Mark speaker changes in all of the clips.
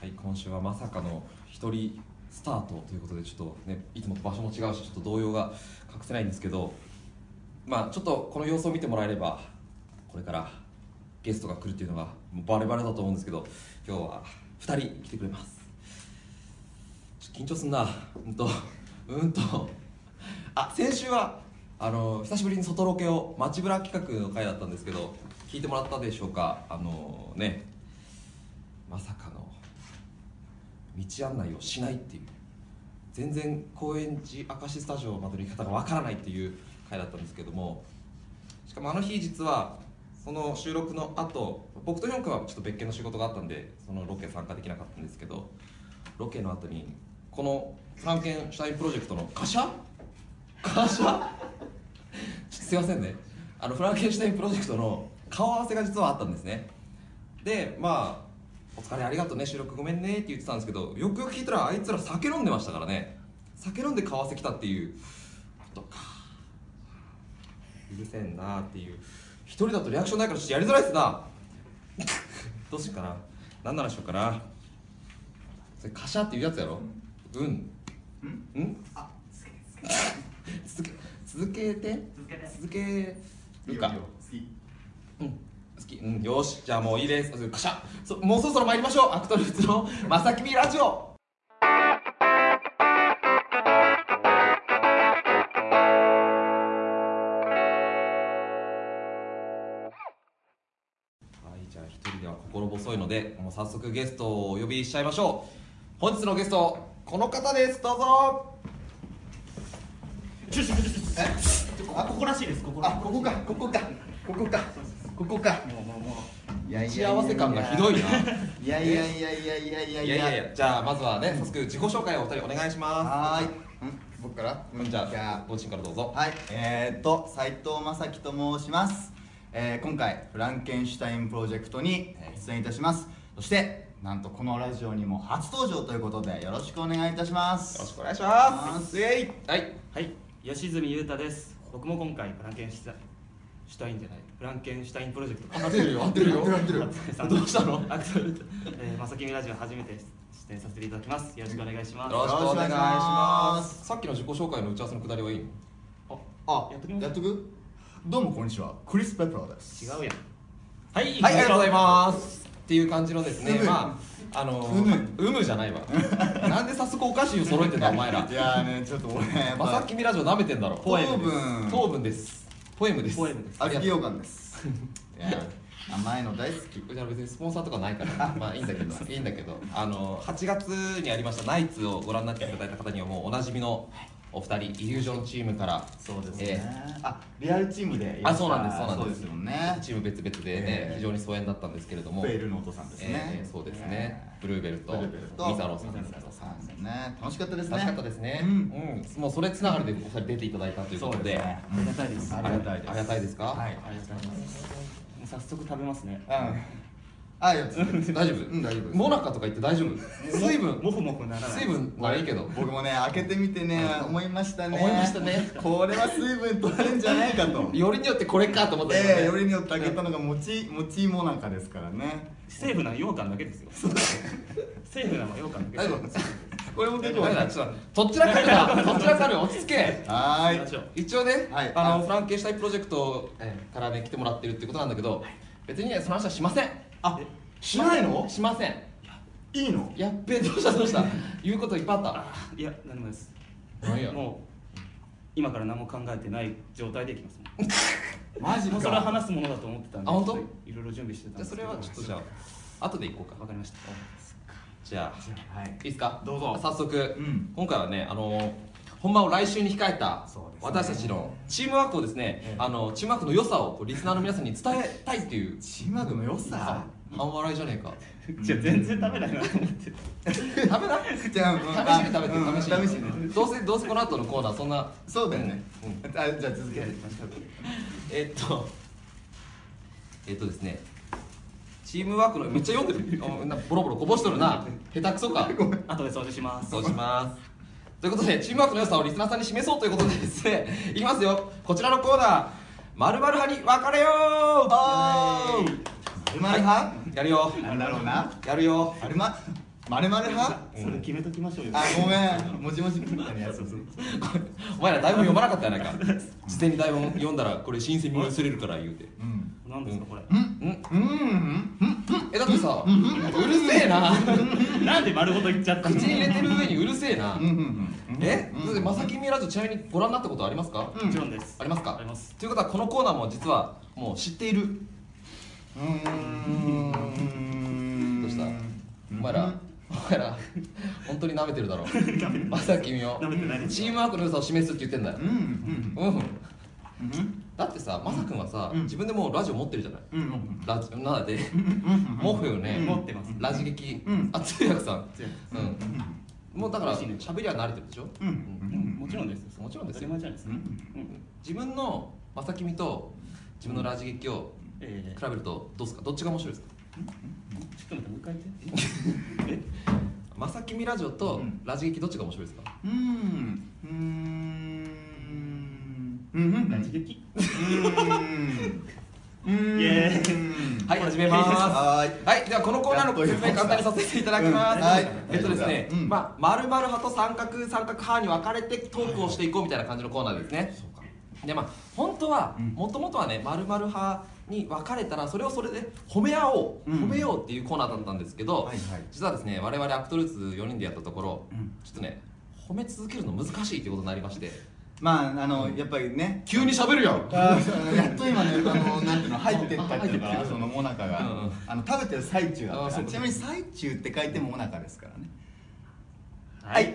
Speaker 1: はい、今週はまさかの一人スタートということでちょっとねいつもと場所も違うしちょっと動揺が隠せないんですけどまあちょっとこの様子を見てもらえればこれからゲストが来るっていうのがもうバレバレだと思うんですけど今日は2人来てくれますちょっと緊張すんなうんとうんとあ先週はあの久しぶりに外ロケを街ブラ企画の回だったんですけど聞いてもらったでしょうかあのねまさかの道案内をしないっていう全然高円寺明石スタジオまでの行き方がわからないっていう回だったんですけどもしかもあの日実はその収録の後僕とヒョン君はちょっと別件の仕事があったんでそのロケ参加できなかったんですけどロケの後にこの「フランケンシュタインプロジェクト」の貨車貨車 ちょっとすいませんねあのフランケンシュタインプロジェクトの顔合わせが実はあったんですねでまあ「お疲れありがとうね収録ごめんね」って言ってたんですけどよくよく聞いたらあいつら酒飲んでましたからね酒飲んで顔合わせ来たっていうことかうるせえなっていう一人だとリアクションないからちょっとやりづらいっすなどうしようかな何ならしようかなそれカシャっていうやつやろうんうん
Speaker 2: あ、好きです。
Speaker 1: 続け続けて
Speaker 2: 続けて
Speaker 1: 続ける
Speaker 2: い
Speaker 1: か
Speaker 2: いよいいよ
Speaker 1: うん好きうんよしじゃあもういいですカシャそもうそろそろ参りましょうアクトルーツの「まさきみラジオ」はいじゃあ一人では心細いのでもう早速ゲストをお呼びしちゃいましょう本日のゲストこの方ですどうぞ
Speaker 2: ちょちょちょちょちょあ、ここらしいです。ここら
Speaker 3: あ
Speaker 2: しい。
Speaker 3: ここかここかここかここか
Speaker 2: もうもうも
Speaker 3: いやいやいや
Speaker 1: 打ち合
Speaker 3: いや
Speaker 1: わせ感がひど いない
Speaker 3: やいやいやいやいやいや
Speaker 1: いやいやいや、じゃあまずはね、早速自己紹介をお二人お願いしま
Speaker 3: はーいん僕から
Speaker 1: す。じゃあ、ごちんからどうぞ。
Speaker 3: はいえー、っと斉藤正樹と申します、えー、今回フランケンシュタインプロジェクトにえー出演いたしますそしてなんとこのラジオにも初登場ということでよろしくお願いいたします
Speaker 1: よろしくお願いします。
Speaker 3: イ
Speaker 1: エイはい。
Speaker 2: う。はい、吉住裕太です。僕も今回フランケンシュタインシュタインじゃない。フランケンシュタインプロジェクト。
Speaker 1: 合ってるよ、合ってるよ。合ってるどうしたのよ
Speaker 2: アクトルート、えー、まさきみラジオ初めて出演させていただきます。よろしくお願いします。
Speaker 1: ろしくお願いし
Speaker 3: よろしくお願
Speaker 1: ま。
Speaker 3: いしますす
Speaker 1: さっきの自己紹介の打ち合わせのくだりはいいの
Speaker 3: あ
Speaker 2: あ、やっときま
Speaker 3: やっとくどうもこんにちはクリス・ペプラーです
Speaker 2: 違うやん。はい、
Speaker 1: はい、ありがとうございます。っていう感じのですね
Speaker 3: う、む
Speaker 1: まあ、あの、
Speaker 3: うむ
Speaker 1: うむじゃないわ。なんで早速お菓子を揃えてんだ、お前ら
Speaker 3: い。やーねちょっと俺やっ
Speaker 1: まさ
Speaker 3: ぱ
Speaker 1: きみラジオ舐めてんだろ。
Speaker 2: ポエム
Speaker 3: 糖
Speaker 2: です
Speaker 3: 分
Speaker 1: 糖分です。ポエムです。
Speaker 2: ポエムです
Speaker 3: あ
Speaker 1: り
Speaker 3: り
Speaker 1: が
Speaker 3: が
Speaker 1: とう。
Speaker 3: ようかんです。いや、甘いの大好き。
Speaker 1: じゃあ別にスポンサーとかないから まあいいんだけどいいんだけどあの8月にありましたナイツをご覧になっていただいた方にはもうおなじみのお二人イリュージョンチームから
Speaker 3: そうです
Speaker 1: ね
Speaker 3: あ、リアルチームで。
Speaker 1: あそうなんですそうなんです
Speaker 3: そうですよね。
Speaker 1: チーム別々でね、
Speaker 3: ええ
Speaker 1: 非常に疎遠だったんですけれども
Speaker 3: ベールのお父さんです
Speaker 1: え
Speaker 3: ね。
Speaker 1: えそうですね、
Speaker 3: え
Speaker 1: ブルーベルと
Speaker 3: ブルーベルと
Speaker 1: ミザロさん
Speaker 3: えそうなんですね。楽しかったですね。
Speaker 1: 楽しかったですね、
Speaker 3: う
Speaker 1: うんんもうそれつながりでお二人出ていただいたという
Speaker 3: そ
Speaker 1: こ
Speaker 3: う
Speaker 1: とで
Speaker 3: ですね。
Speaker 2: ありがたいです。
Speaker 3: あ
Speaker 2: あ
Speaker 3: り
Speaker 2: り
Speaker 3: が
Speaker 2: が
Speaker 3: た
Speaker 2: た
Speaker 3: い
Speaker 2: い。
Speaker 3: です
Speaker 1: ありがたいですか、
Speaker 3: はい。
Speaker 2: ます。もう早速食べますね。
Speaker 3: うん。あ、よつ。
Speaker 1: 大丈夫、
Speaker 3: うん、大丈夫です。
Speaker 1: モナカとか言って大丈夫水分
Speaker 2: もふもふならない。
Speaker 1: 水分はいいけど
Speaker 3: 僕もね、開けてみてね、思いましたね。
Speaker 1: 思いましたね
Speaker 3: これは水分取れるんじゃないか と。
Speaker 1: よりによってこれかと思ったけど
Speaker 3: ええ、よりによって開けたのがもち、もちもなかですからね。
Speaker 2: セーフな羊羹だけですよ。セーフなのは羊羹
Speaker 1: 大
Speaker 2: だけ
Speaker 1: 丈
Speaker 2: で
Speaker 1: 夫
Speaker 2: す。
Speaker 3: これも結構。
Speaker 1: だちょっととっちらかるなとっちらかる落ち着け
Speaker 3: は
Speaker 2: 行きまし
Speaker 3: ー
Speaker 2: ょ
Speaker 3: い。
Speaker 2: う
Speaker 1: 一応ね、
Speaker 3: はい
Speaker 1: あ
Speaker 3: あ
Speaker 1: のフランケンシュタインプロジェクトからね来てもらってるってことなんだけど、別にねその話はしません
Speaker 3: あ
Speaker 2: え、
Speaker 3: しないの？
Speaker 1: しません
Speaker 3: いいの？
Speaker 1: やっべえどうしたどう した言うこといっぱいあっ
Speaker 2: いや、何もです。
Speaker 1: た何や
Speaker 2: もう今から何も考えてない状態でいきますも
Speaker 3: マジ
Speaker 2: ん。もうそれは話すものだと思ってたんで、
Speaker 1: あ本当
Speaker 2: ちょっといろいろ準備してた
Speaker 1: じ
Speaker 2: んで
Speaker 1: ゃあ
Speaker 2: す
Speaker 1: そ
Speaker 2: け
Speaker 1: れ
Speaker 2: ど。
Speaker 1: はちょっとじゃあ後で行こうか
Speaker 2: わかりました。
Speaker 1: じゃあ
Speaker 3: はい。
Speaker 1: いいですか
Speaker 3: どうぞ
Speaker 1: 早速、
Speaker 3: ん
Speaker 1: 今回はねあの本番を来週に控えた
Speaker 3: そうですね
Speaker 1: 私たちのチームワークをですね、
Speaker 3: ええ
Speaker 1: あのチームワークの良さをこうリスナーの皆さんに伝えたいっていう
Speaker 3: チームワークの良さ。
Speaker 1: 半笑いじゃねえか
Speaker 2: じゃあ全然食べないなと思って。
Speaker 1: 食べな
Speaker 3: じゃあ
Speaker 1: 試
Speaker 3: うん
Speaker 1: しに食べて、
Speaker 3: うん
Speaker 1: 試しに
Speaker 3: 試しにね。
Speaker 1: どうせどうせこの後のコーナーそんな
Speaker 3: そうだよね
Speaker 1: う。
Speaker 3: あじゃあ続けて。
Speaker 1: えっとえっとですねチームワークのめっちゃ読んでるおなボロボロこぼしとるな下手くそか
Speaker 2: 後で掃除します。
Speaker 1: そうしますということでチームワークの良さをリスナーさんに示そうということでですねいきますよこちらのコーナーまるまる派に分かれよ
Speaker 3: おー。丸まる派？
Speaker 1: やるよ
Speaker 3: なんだろうな。
Speaker 1: やるよ
Speaker 3: 丸ま。まるまる派
Speaker 2: それ決めときましょうよ
Speaker 3: あごめんもちもちみたいなやつ
Speaker 1: お前ら台本読まなかったやないか事前に台本読んだらこれ新鮮に薄れるから言うて
Speaker 3: うん
Speaker 2: 何ですかこれ
Speaker 3: うんうんうん
Speaker 1: えだってさうるせえな
Speaker 2: なんで丸ごと言っちゃったの
Speaker 1: 口に入れてる上にうるせえな
Speaker 3: うんうんうんうん
Speaker 1: え
Speaker 3: うん
Speaker 1: だってまさきみラジオちなみにご覧になったことありますか
Speaker 3: うん
Speaker 2: もちろんです
Speaker 1: ありますか
Speaker 2: あります
Speaker 1: ということはこのコーナーも実はもう知っている
Speaker 3: うーん
Speaker 1: どうしたお
Speaker 3: お
Speaker 1: 前らお前ら本当に舐めてるだろまさきみを
Speaker 2: 舐めてないです
Speaker 1: チームワークの良さを示すって言ってんだよ
Speaker 3: うんうん
Speaker 1: うん
Speaker 3: うんうん
Speaker 1: だってさまさくんはさ
Speaker 3: うん
Speaker 1: 自分でもうラジオ持ってるじゃない
Speaker 3: うんうん
Speaker 1: ラジオなので
Speaker 3: うん
Speaker 1: モフよね
Speaker 2: 持ってます
Speaker 1: ラジ劇
Speaker 3: うん
Speaker 1: あ通訳さん
Speaker 2: 強い
Speaker 1: うんもうだから
Speaker 2: 嬉しいね
Speaker 1: 喋りは慣れてるでしょ
Speaker 3: うん
Speaker 2: うんもちろんです
Speaker 1: もちろんですよ
Speaker 2: 当たり前じゃないですか
Speaker 3: う
Speaker 2: うん
Speaker 1: 自分のまさきみと自分のラジ劇を
Speaker 2: え
Speaker 1: 比べるとどうですかどっちが面白いですか
Speaker 2: ーちょっと待ってもう一回言って
Speaker 1: まさきみラジオと
Speaker 3: うん
Speaker 1: ラジ劇どっちが面白いですか
Speaker 3: うんうんうんうんうん
Speaker 2: えラジ劇
Speaker 3: うん
Speaker 2: イエ
Speaker 3: うん
Speaker 1: はい始めます
Speaker 3: はーい
Speaker 1: はい、ではこのコーナーの 説明簡単にさせていただきます。
Speaker 3: うんはい
Speaker 1: えっとですね、
Speaker 3: うん
Speaker 1: まあ丸々派と三角三角派に分かれてトークをしていこうみたいな感じのコーナーですね。
Speaker 3: そうか
Speaker 1: でまあ本当は
Speaker 3: うん
Speaker 1: もともとはね丸々派に分かれたらそれをそれで褒め合おう、
Speaker 3: うん
Speaker 1: 褒めようっていうコーナーだったんですけど、
Speaker 3: はいはい
Speaker 1: 実はですね我々アクトルーツ4人でやったところ、
Speaker 3: うん
Speaker 1: ちょっとね褒め続けるの難しいということになりまして
Speaker 3: まああのやっぱりね
Speaker 1: 急に喋るやん
Speaker 3: あーやっと今ね、あのなんていうの入ってったってい
Speaker 1: 入ってっ
Speaker 3: うか
Speaker 1: た
Speaker 3: そのモナカが、
Speaker 1: うんうん
Speaker 3: あの食べてる最中だ
Speaker 1: あ
Speaker 3: っ
Speaker 1: ーそうか
Speaker 3: たからちなみに最中って書いてもモナカですからね
Speaker 2: は
Speaker 3: はい
Speaker 2: い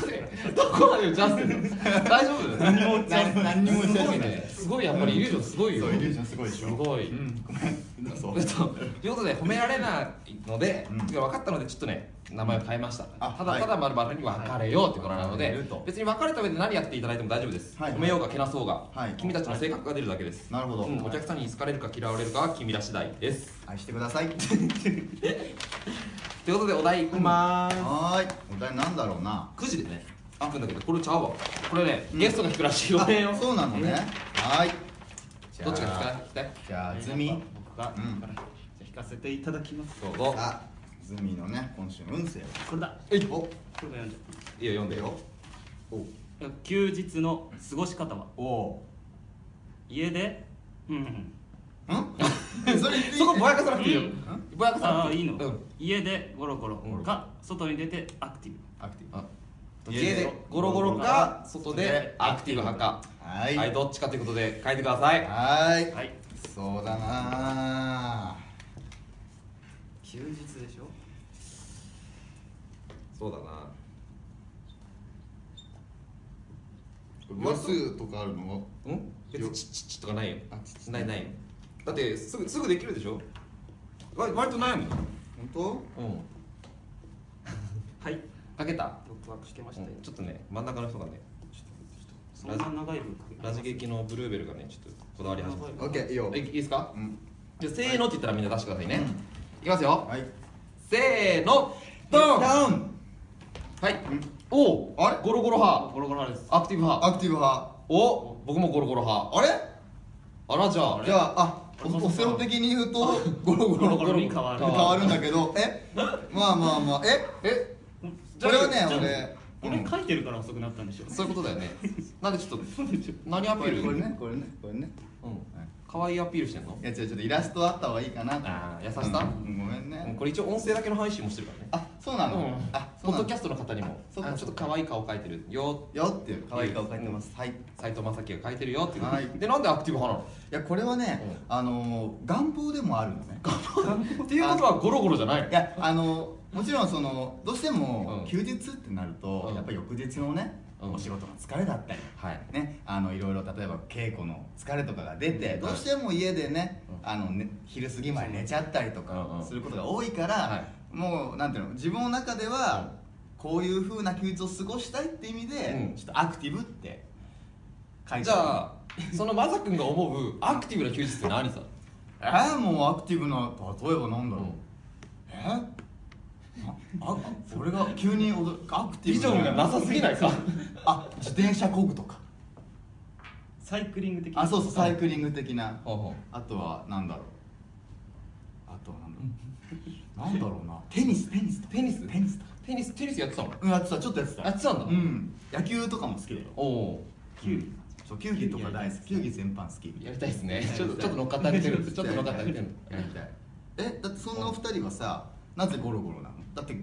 Speaker 1: どこまで打ち合わせてんの大丈夫
Speaker 2: 何もちゃ
Speaker 3: な何にも
Speaker 1: す
Speaker 3: して
Speaker 1: ご
Speaker 3: ないい
Speaker 1: ねすごいやっぱりイリュージョンすごいよ
Speaker 3: そうイリュージョンすごいでしょ
Speaker 1: すごい
Speaker 3: うんごめんどうぞ
Speaker 1: えっと、ということで褒められないので、
Speaker 3: うん
Speaker 1: 分かったのでちょっとね名前を変えました、
Speaker 3: あ
Speaker 1: ただ、
Speaker 3: はい
Speaker 1: ただ丸々に別れようってことなの
Speaker 3: はい
Speaker 1: で、
Speaker 3: 別れると
Speaker 1: 別に別れた上で何やっていただいても大丈夫です、
Speaker 3: はい
Speaker 1: 褒めようがけなそうが、
Speaker 3: はい
Speaker 1: 君たちの性格が出るだけです、
Speaker 3: なるほど、
Speaker 1: うんお客さんに好かれるか嫌われるかは君ら次第です
Speaker 3: 愛してください
Speaker 1: ということでお題いきまーす、
Speaker 3: はーいお題なんだろうな
Speaker 1: く時でね聞くんだけどこれちゃうわこれね、ゲストが弾くらしいよ
Speaker 3: あ
Speaker 1: ね
Speaker 3: そうなのねはーいじゃあ
Speaker 1: どっちが弾くか弾きたい
Speaker 3: じゃあズミ
Speaker 2: 僕が
Speaker 3: うん
Speaker 2: 僕からじゃあ引かせていただきます
Speaker 1: どうぞ
Speaker 3: あズミのね今週の運勢を
Speaker 2: これだ
Speaker 1: えい
Speaker 3: お
Speaker 2: これが読んじ
Speaker 1: いいよ読んでよ
Speaker 3: お
Speaker 2: ゃう休日の過ごし方は
Speaker 3: お
Speaker 2: 家でうんうん
Speaker 3: んそれ言っていい
Speaker 1: そこぼやかさなくていいよ、
Speaker 3: ん
Speaker 1: ぼやかさな
Speaker 2: あ
Speaker 1: く
Speaker 2: あ
Speaker 1: て
Speaker 2: いいの、
Speaker 1: うん
Speaker 2: 家でゴロゴロか外に出てアクティブ
Speaker 3: アクティブ
Speaker 1: あ家でゴロゴロか外でアクティブ派か
Speaker 3: はい
Speaker 1: はいどっちかということで書いてください
Speaker 3: はーい
Speaker 2: はい
Speaker 3: そうだな
Speaker 2: 休日でしょ
Speaker 1: そうだな
Speaker 3: 秒数とかあるの
Speaker 1: うん別にチッチッチッとかないよ
Speaker 3: あチッチッチ
Speaker 1: ないないよだってすぐすぐできるでしょわ割とない もん
Speaker 3: 本
Speaker 1: うん
Speaker 2: はい
Speaker 1: 書けた
Speaker 2: 独白してま
Speaker 1: う
Speaker 2: したよ、
Speaker 1: んちょっとね真ん中の人がね
Speaker 2: そんな長い分かけ
Speaker 1: ラジ劇のブルーベルがねちょっとこだわり始め
Speaker 3: 当オッケーいいよ
Speaker 1: たいいですか
Speaker 3: う、ん、
Speaker 1: じゃあせーのって言ったらみんな出してくださいね
Speaker 3: うん
Speaker 1: いきますよ
Speaker 3: はい
Speaker 1: せーのドンは
Speaker 3: ダウン
Speaker 1: いおお
Speaker 3: あれ
Speaker 1: ゴロゴロ派
Speaker 2: ゴロゴロです
Speaker 1: アクティブ派
Speaker 3: アクティブ派
Speaker 1: お僕もゴロゴロ派
Speaker 3: あれ
Speaker 1: あらじゃあ
Speaker 3: じゃああ
Speaker 2: あそう
Speaker 3: お
Speaker 2: そう
Speaker 3: オセロ的に言うとゴロゴ
Speaker 2: ゴロ
Speaker 3: ロ
Speaker 2: ゴロに変わる
Speaker 1: ゴロ
Speaker 3: 変わるんだけどえまあまあまあえ
Speaker 1: え
Speaker 3: これはね
Speaker 2: じゃあ
Speaker 3: 俺うん
Speaker 2: 俺書いてるから遅くなったんでしょ
Speaker 1: そういうことだよねなんでちょっと
Speaker 2: そうでしょ
Speaker 1: 何アピ
Speaker 3: こ
Speaker 1: ー
Speaker 3: れ
Speaker 1: ル
Speaker 3: これねこれねこれね
Speaker 1: うん可愛いアピールしてんの
Speaker 3: いや違うちょっとイラストあった方がいいかなと
Speaker 1: あー優しさ
Speaker 3: うんごめん
Speaker 1: うん
Speaker 3: ね
Speaker 1: これ一応音声だけの配信もしてるからね
Speaker 3: あそうなの
Speaker 1: うん
Speaker 3: あそ
Speaker 1: ポ
Speaker 3: う
Speaker 1: ッ
Speaker 3: な
Speaker 1: ド
Speaker 3: の
Speaker 1: キャストの方にも
Speaker 3: そうか
Speaker 1: あのちょっと可愛い顔描いてるよ
Speaker 3: よっていう可愛い顔描いてますはい
Speaker 1: 斎藤正樹が描いてるよっていう、
Speaker 3: はい
Speaker 1: でなんでアクティブ派
Speaker 3: いやこれはね
Speaker 1: うん
Speaker 3: あのー願望でもあるのね
Speaker 1: なのっていうことはゴロゴロじゃないの
Speaker 3: いやあのもちろんそのどうして
Speaker 1: う
Speaker 3: も
Speaker 1: ん
Speaker 3: 休日ってなると、
Speaker 1: うん
Speaker 3: やっぱり翌日のね、
Speaker 1: うん
Speaker 3: お仕事の疲れだったり、
Speaker 1: はい
Speaker 3: ね、あのいろいろ例えば稽古の疲れとかが出て、
Speaker 1: うん
Speaker 3: どうしても家でね,、
Speaker 1: う
Speaker 3: あのね昼過ぎまで寝ちゃったりと
Speaker 1: うんう
Speaker 3: か
Speaker 1: ん
Speaker 3: することが多いから、
Speaker 1: は
Speaker 3: もうなんていうの自分の中では、こういう風な休日を過ごしたいって意味で、
Speaker 1: うん
Speaker 3: ちょっとアクティブって書いてある
Speaker 1: じゃあその正君が思うアクティブな休日って何さ、
Speaker 3: えー、もうアクティブな例えばなんだろう、
Speaker 1: うん
Speaker 3: えーああ俺が急に踊るアクティブ
Speaker 1: ビジョンがなさすぎないか
Speaker 3: あ自転車こぐとか
Speaker 2: サイクリング的な
Speaker 3: あそうそうサイクリング的な
Speaker 1: ほうほう
Speaker 3: あとはなんだろうあとはなんだなんだろうなテニステニスと
Speaker 1: テニス
Speaker 3: テニスと
Speaker 1: テニステニスやってたの
Speaker 3: うんやってたちょっとやってた
Speaker 1: やってたんだ
Speaker 3: うん野球とかも好きだよ
Speaker 1: おお
Speaker 2: 球技
Speaker 3: そう球技とか大好き球技全般好き
Speaker 1: ーやりたいですね
Speaker 2: やりたい
Speaker 1: ちょっとちょっと乗っかってあげてる
Speaker 3: やり
Speaker 1: ち
Speaker 3: た
Speaker 1: ょ
Speaker 3: い
Speaker 1: っと乗っかってあげてる
Speaker 3: やりたいえだってそんなお二人はさなぜゴロゴロなのだって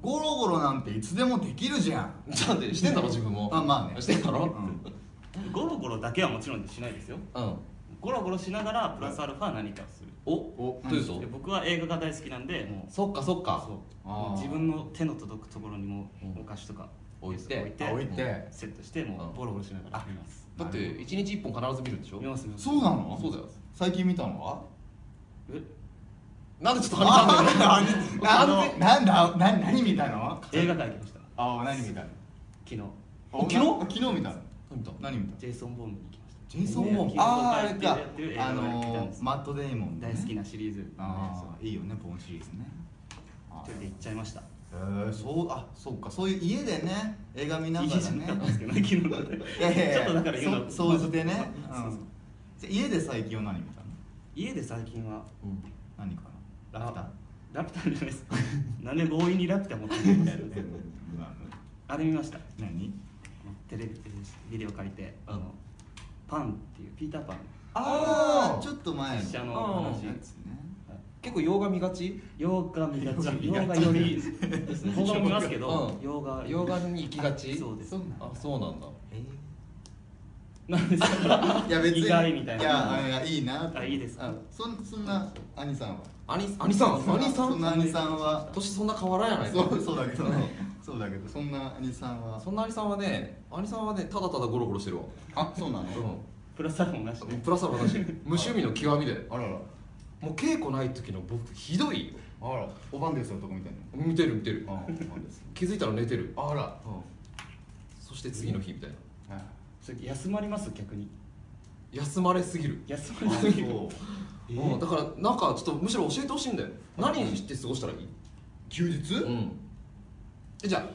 Speaker 3: ゴロゴロなんていつでもできるじゃん
Speaker 1: ちょっとしてんだろ自分も
Speaker 3: あまあね
Speaker 1: してんだろ
Speaker 3: うん
Speaker 2: ゴロゴロだけはもちろんしないですよ
Speaker 1: うん
Speaker 2: ゴロゴロしながらプラスアルファ何かをする
Speaker 1: お
Speaker 3: お
Speaker 1: どういうこ
Speaker 2: で僕は映画が大好きなんでも
Speaker 1: と
Speaker 2: う
Speaker 1: そっかそっか
Speaker 2: そう
Speaker 3: あー
Speaker 2: もう自分の手の届くところにも
Speaker 1: うん
Speaker 2: お菓子とか
Speaker 1: 置いて
Speaker 2: 置いて
Speaker 3: あ置いて
Speaker 2: セットしても
Speaker 1: うん
Speaker 2: うボロボロしながら見ます
Speaker 1: だって一日一本必ず見るでしょ
Speaker 2: 見ます見ます
Speaker 3: そうなの
Speaker 1: そうだよ
Speaker 3: 最近見たのは
Speaker 2: え
Speaker 1: なんでちょっと話変わんだよ
Speaker 3: あ
Speaker 1: あ
Speaker 3: なんでなんだな何見たの
Speaker 2: 映画館行きました
Speaker 3: あ何見たの
Speaker 2: 昨日
Speaker 3: お
Speaker 1: 昨日
Speaker 3: な昨日見たの
Speaker 1: 何見た
Speaker 3: 何見た
Speaker 2: ジェイソン・ボーンに行きました
Speaker 3: ジェイソン・ボーン
Speaker 2: ね
Speaker 3: ああーあ
Speaker 2: 黄
Speaker 3: れ
Speaker 2: 色と
Speaker 3: か
Speaker 2: 赤っていう映画
Speaker 3: あ
Speaker 2: を見たん
Speaker 3: の
Speaker 2: です
Speaker 3: ーマット・デイモンの
Speaker 2: 大
Speaker 3: ね
Speaker 2: 好きなシリーズのやつ
Speaker 3: あ
Speaker 2: を
Speaker 3: あいいよねボーンシリーズねあ
Speaker 2: 一人で行っちゃいました
Speaker 3: ーへえそうあそうかそういう家でね映画見なが
Speaker 2: いい
Speaker 3: ら
Speaker 2: じゃな
Speaker 3: ね
Speaker 2: かったんですけどね昨日なんで
Speaker 3: いやいやいや
Speaker 2: ちょっとだから今
Speaker 3: そ掃除でね、
Speaker 2: まあそうそう
Speaker 3: じゃあ家で最近は何見たの
Speaker 2: 家で最近は
Speaker 1: うん
Speaker 3: 何かなラピュタ
Speaker 2: ラピュタじゃない ですなんで強引にラピュタ持ってくるみたいなあれ見ました
Speaker 3: 何
Speaker 2: テレビでビデオ借りてあのパンっていうピーターパン
Speaker 3: ああちょっと前の
Speaker 2: 実写の
Speaker 3: や
Speaker 2: 話
Speaker 3: つね
Speaker 1: 結構洋画見がち
Speaker 2: 洋画見がち
Speaker 3: 洋
Speaker 2: 洋
Speaker 3: 画見が
Speaker 2: 画
Speaker 3: ち
Speaker 2: よりですね邦画も見ますけど
Speaker 1: うん
Speaker 2: 洋画
Speaker 1: 洋画に行きがち
Speaker 2: そうです
Speaker 1: あそうなんだ
Speaker 2: なんですか
Speaker 3: いや別に
Speaker 2: 意外みたいない
Speaker 3: やあいやいいなと
Speaker 2: あいいですか
Speaker 3: うんそんそんな兄さんは
Speaker 1: 兄兄さん兄さ
Speaker 3: そんなん兄さんは
Speaker 1: 年そんな変わらんやないか
Speaker 3: そうそうだけどそうだけどそんな兄さんは
Speaker 1: そんな兄さんはね兄さんはねただただゴロゴロしてるわ
Speaker 3: あそうなの
Speaker 1: う
Speaker 2: プラスアルファもなしで
Speaker 1: んプラスアルファだし無趣味の極みで
Speaker 3: あらら
Speaker 1: もう稽古ない時の僕ひどいよ
Speaker 3: あらおばんですのとこみたい
Speaker 1: 見てる見てる
Speaker 3: なあおばんです
Speaker 1: 気づいたら寝てる
Speaker 3: あら
Speaker 1: そして次の日みたいな
Speaker 2: それ休まります逆に
Speaker 1: 休まれすぎる
Speaker 2: 休まり
Speaker 3: あ
Speaker 2: すぎる
Speaker 3: そう
Speaker 1: うんだからなんかちょっとむしろ教えてほしいんだよ何して過ごしたらいい
Speaker 3: 休日
Speaker 1: うんえじゃあ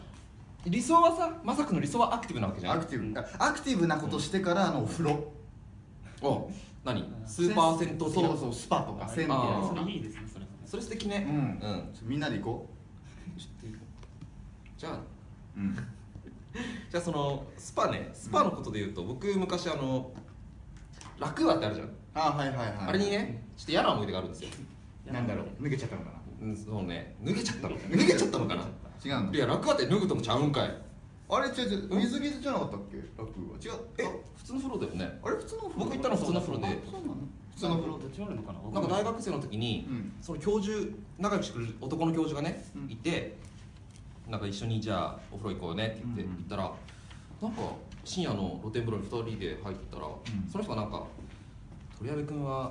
Speaker 1: 理想はさまさくの理想はアクティブなわけじゃん
Speaker 3: アクティブあアクティブなことしてからあのお風呂
Speaker 1: お何スーパー銭湯
Speaker 3: そう
Speaker 1: 的な
Speaker 3: そうスパとか銭湯と
Speaker 1: あ
Speaker 3: か
Speaker 1: ー
Speaker 2: それいいですねそれはね
Speaker 1: それ素敵ね
Speaker 3: うん
Speaker 1: うん
Speaker 3: みんなで行こ
Speaker 1: じゃあ
Speaker 3: ううん
Speaker 1: じゃあそのスパねスパのことで言うと僕昔あのラクーアってあるじゃん
Speaker 3: あはいはいはい
Speaker 1: あれにねちょっと嫌な思い出があるんですよ
Speaker 3: なんだろう脱げちゃったのかな
Speaker 1: うんそうね脱げちゃ ったの脱げちゃったのかな
Speaker 3: 違うの
Speaker 1: いやラクーアって脱ぐともちゃうんかい
Speaker 3: あれ違う違う水着じゃなかったっけ楽は違う
Speaker 1: え
Speaker 3: え
Speaker 1: 普通の風呂だよね
Speaker 3: あれ普通のお風呂
Speaker 1: 僕行ったの普通の風呂で
Speaker 3: あそうなの普通の風呂
Speaker 2: どっちもあるのかな
Speaker 1: なんか大学生の時に、
Speaker 3: うん
Speaker 1: その教授仲良くしてくれる男の教授がね、
Speaker 3: うん
Speaker 1: いてなんか一緒にじゃあお風呂行こうねって言って、
Speaker 3: うんうん
Speaker 1: 行ったらなんか深夜の露天風呂に2人で入ってたら、
Speaker 3: ん
Speaker 1: その人がなんか「鳥籔君は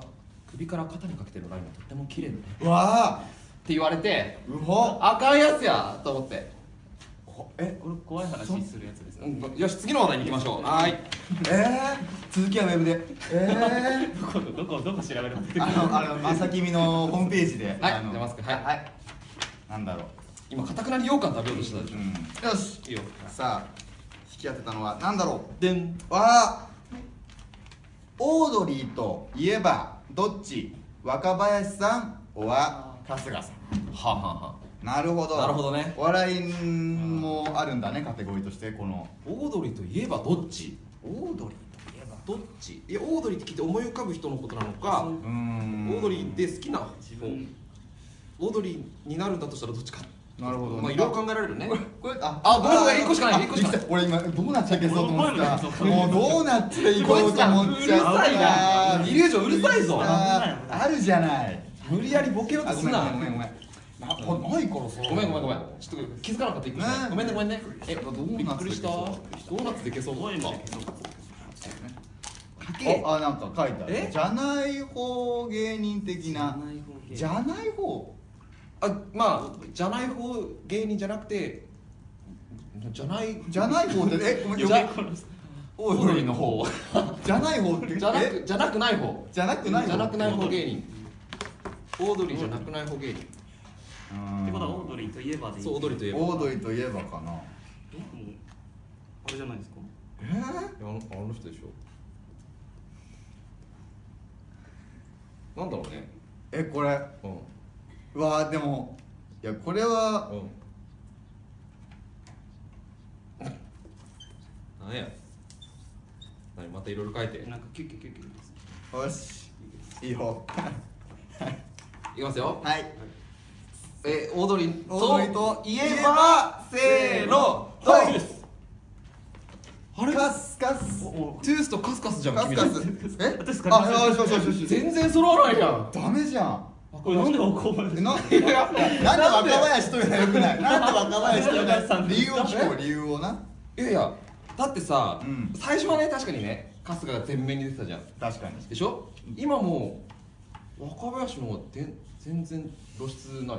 Speaker 1: 首から肩にかけてのラインがとっても綺麗だね」
Speaker 3: うわあ
Speaker 1: って言われて
Speaker 3: うほ
Speaker 1: あかんやつやと思って、
Speaker 3: え
Speaker 2: これ怖い話するやつです
Speaker 1: う
Speaker 2: ね
Speaker 1: ん、よし次の話題に行きましょうはーい
Speaker 3: えー、続きはウェブでえ
Speaker 2: どこどこどこ調べるの
Speaker 3: ー、あ のあのまさきみのホームページで
Speaker 1: はい
Speaker 3: あの
Speaker 1: 出ますかはい
Speaker 3: はいなんだろ
Speaker 1: 今かたくなに羊羹食べようとしてたで
Speaker 3: う
Speaker 1: しょ、
Speaker 3: うんよし
Speaker 1: いいよ
Speaker 3: さあ引き当てたのはなんだろ
Speaker 1: でん
Speaker 3: うわあオードリーといえばどっち若林さんおは春日さん
Speaker 1: はあ、はあはあ、
Speaker 3: なるほど
Speaker 1: なるほどね
Speaker 3: お笑いもあるんだねカテゴリーとしてこの
Speaker 1: オードリーといえばどっち
Speaker 3: オードリーといえば
Speaker 1: どっちいやオードリーって聞いて思い浮かぶ人のことなのか
Speaker 2: そう
Speaker 1: オ
Speaker 3: うーん
Speaker 1: ードリーで好きな
Speaker 2: 自
Speaker 1: 方
Speaker 2: 分
Speaker 1: オードリーになるんだとしたらどっちか
Speaker 3: なるほどね
Speaker 1: まあいろいろ考えられるね
Speaker 3: これこれあ
Speaker 1: あごめんごめん
Speaker 3: あ
Speaker 1: 一個しかない
Speaker 3: あ
Speaker 1: 一個しかない
Speaker 3: 俺今どうなっちゃいけそうと思ってた
Speaker 2: お前
Speaker 3: もうどうなっていこうと思っちゃ
Speaker 1: こいつら
Speaker 3: っ
Speaker 1: うるさいな
Speaker 3: た
Speaker 1: イリュージョンうるさいぞ
Speaker 3: うさいあるじゃない
Speaker 1: 無理やりボケようと
Speaker 3: あご
Speaker 1: す
Speaker 3: めん
Speaker 1: な
Speaker 3: ごめんごめんなこれないからさ
Speaker 1: ごめんごめんごめんちょっと気づかなかった一個しかない
Speaker 3: ね
Speaker 1: ごめんねごめんねえ
Speaker 3: どうなってる
Speaker 1: びっくりしたドーナツでいけそう
Speaker 2: 怖いもん
Speaker 1: かけ
Speaker 3: ああなんか書いてあ
Speaker 1: え
Speaker 3: るじゃない方芸人的なじ
Speaker 2: じゃ
Speaker 3: ゃない方
Speaker 1: あまあじゃない方芸人じゃなくてじゃない
Speaker 3: じゃない方ってえごめん
Speaker 1: じゃ
Speaker 3: じゃ
Speaker 1: オードリーの方
Speaker 3: じゃない方って
Speaker 1: じゃな
Speaker 3: え
Speaker 1: くじゃなくない方
Speaker 3: じゃなくない
Speaker 1: じゃなくない
Speaker 3: 方
Speaker 1: 方芸人オードリーじゃなくない方芸人
Speaker 2: ってことはオードリーといえばでいい
Speaker 1: そうオードリーといえば
Speaker 3: オードリーといえばかな
Speaker 2: 僕もあれじゃないですか
Speaker 3: えー
Speaker 1: いやあのあの人でしょなんだろうね
Speaker 3: えこれ
Speaker 1: うん
Speaker 3: うわーでもいやこれは
Speaker 1: うんなんや何またいろいろ書いて
Speaker 2: なんかキュッキュッキュッキュッです
Speaker 3: よしいいよ
Speaker 1: いきますよ
Speaker 3: はい
Speaker 1: えオードリー
Speaker 3: オードリーと
Speaker 1: といえ
Speaker 3: いえば
Speaker 1: ばせーの
Speaker 3: はい
Speaker 1: あれ
Speaker 3: カスカス
Speaker 2: おお
Speaker 1: トゥースとカスカスじゃん
Speaker 3: カス
Speaker 1: 君
Speaker 3: カ
Speaker 1: ら
Speaker 3: スえ
Speaker 2: 私から
Speaker 3: あよしよしよしよし
Speaker 1: 全然揃わないやん
Speaker 3: ダメじゃん
Speaker 2: これなんでこう
Speaker 3: えななんで若林とやよくないなんで若林とや
Speaker 2: なんで若林さん
Speaker 3: 理由を聞こう理由をない
Speaker 1: やいやだってさ、
Speaker 3: うん
Speaker 1: 最初はね確かにね春日が前面に出てたじゃん
Speaker 3: 確かに
Speaker 1: でしょ今もう若林の方が全全然露出ない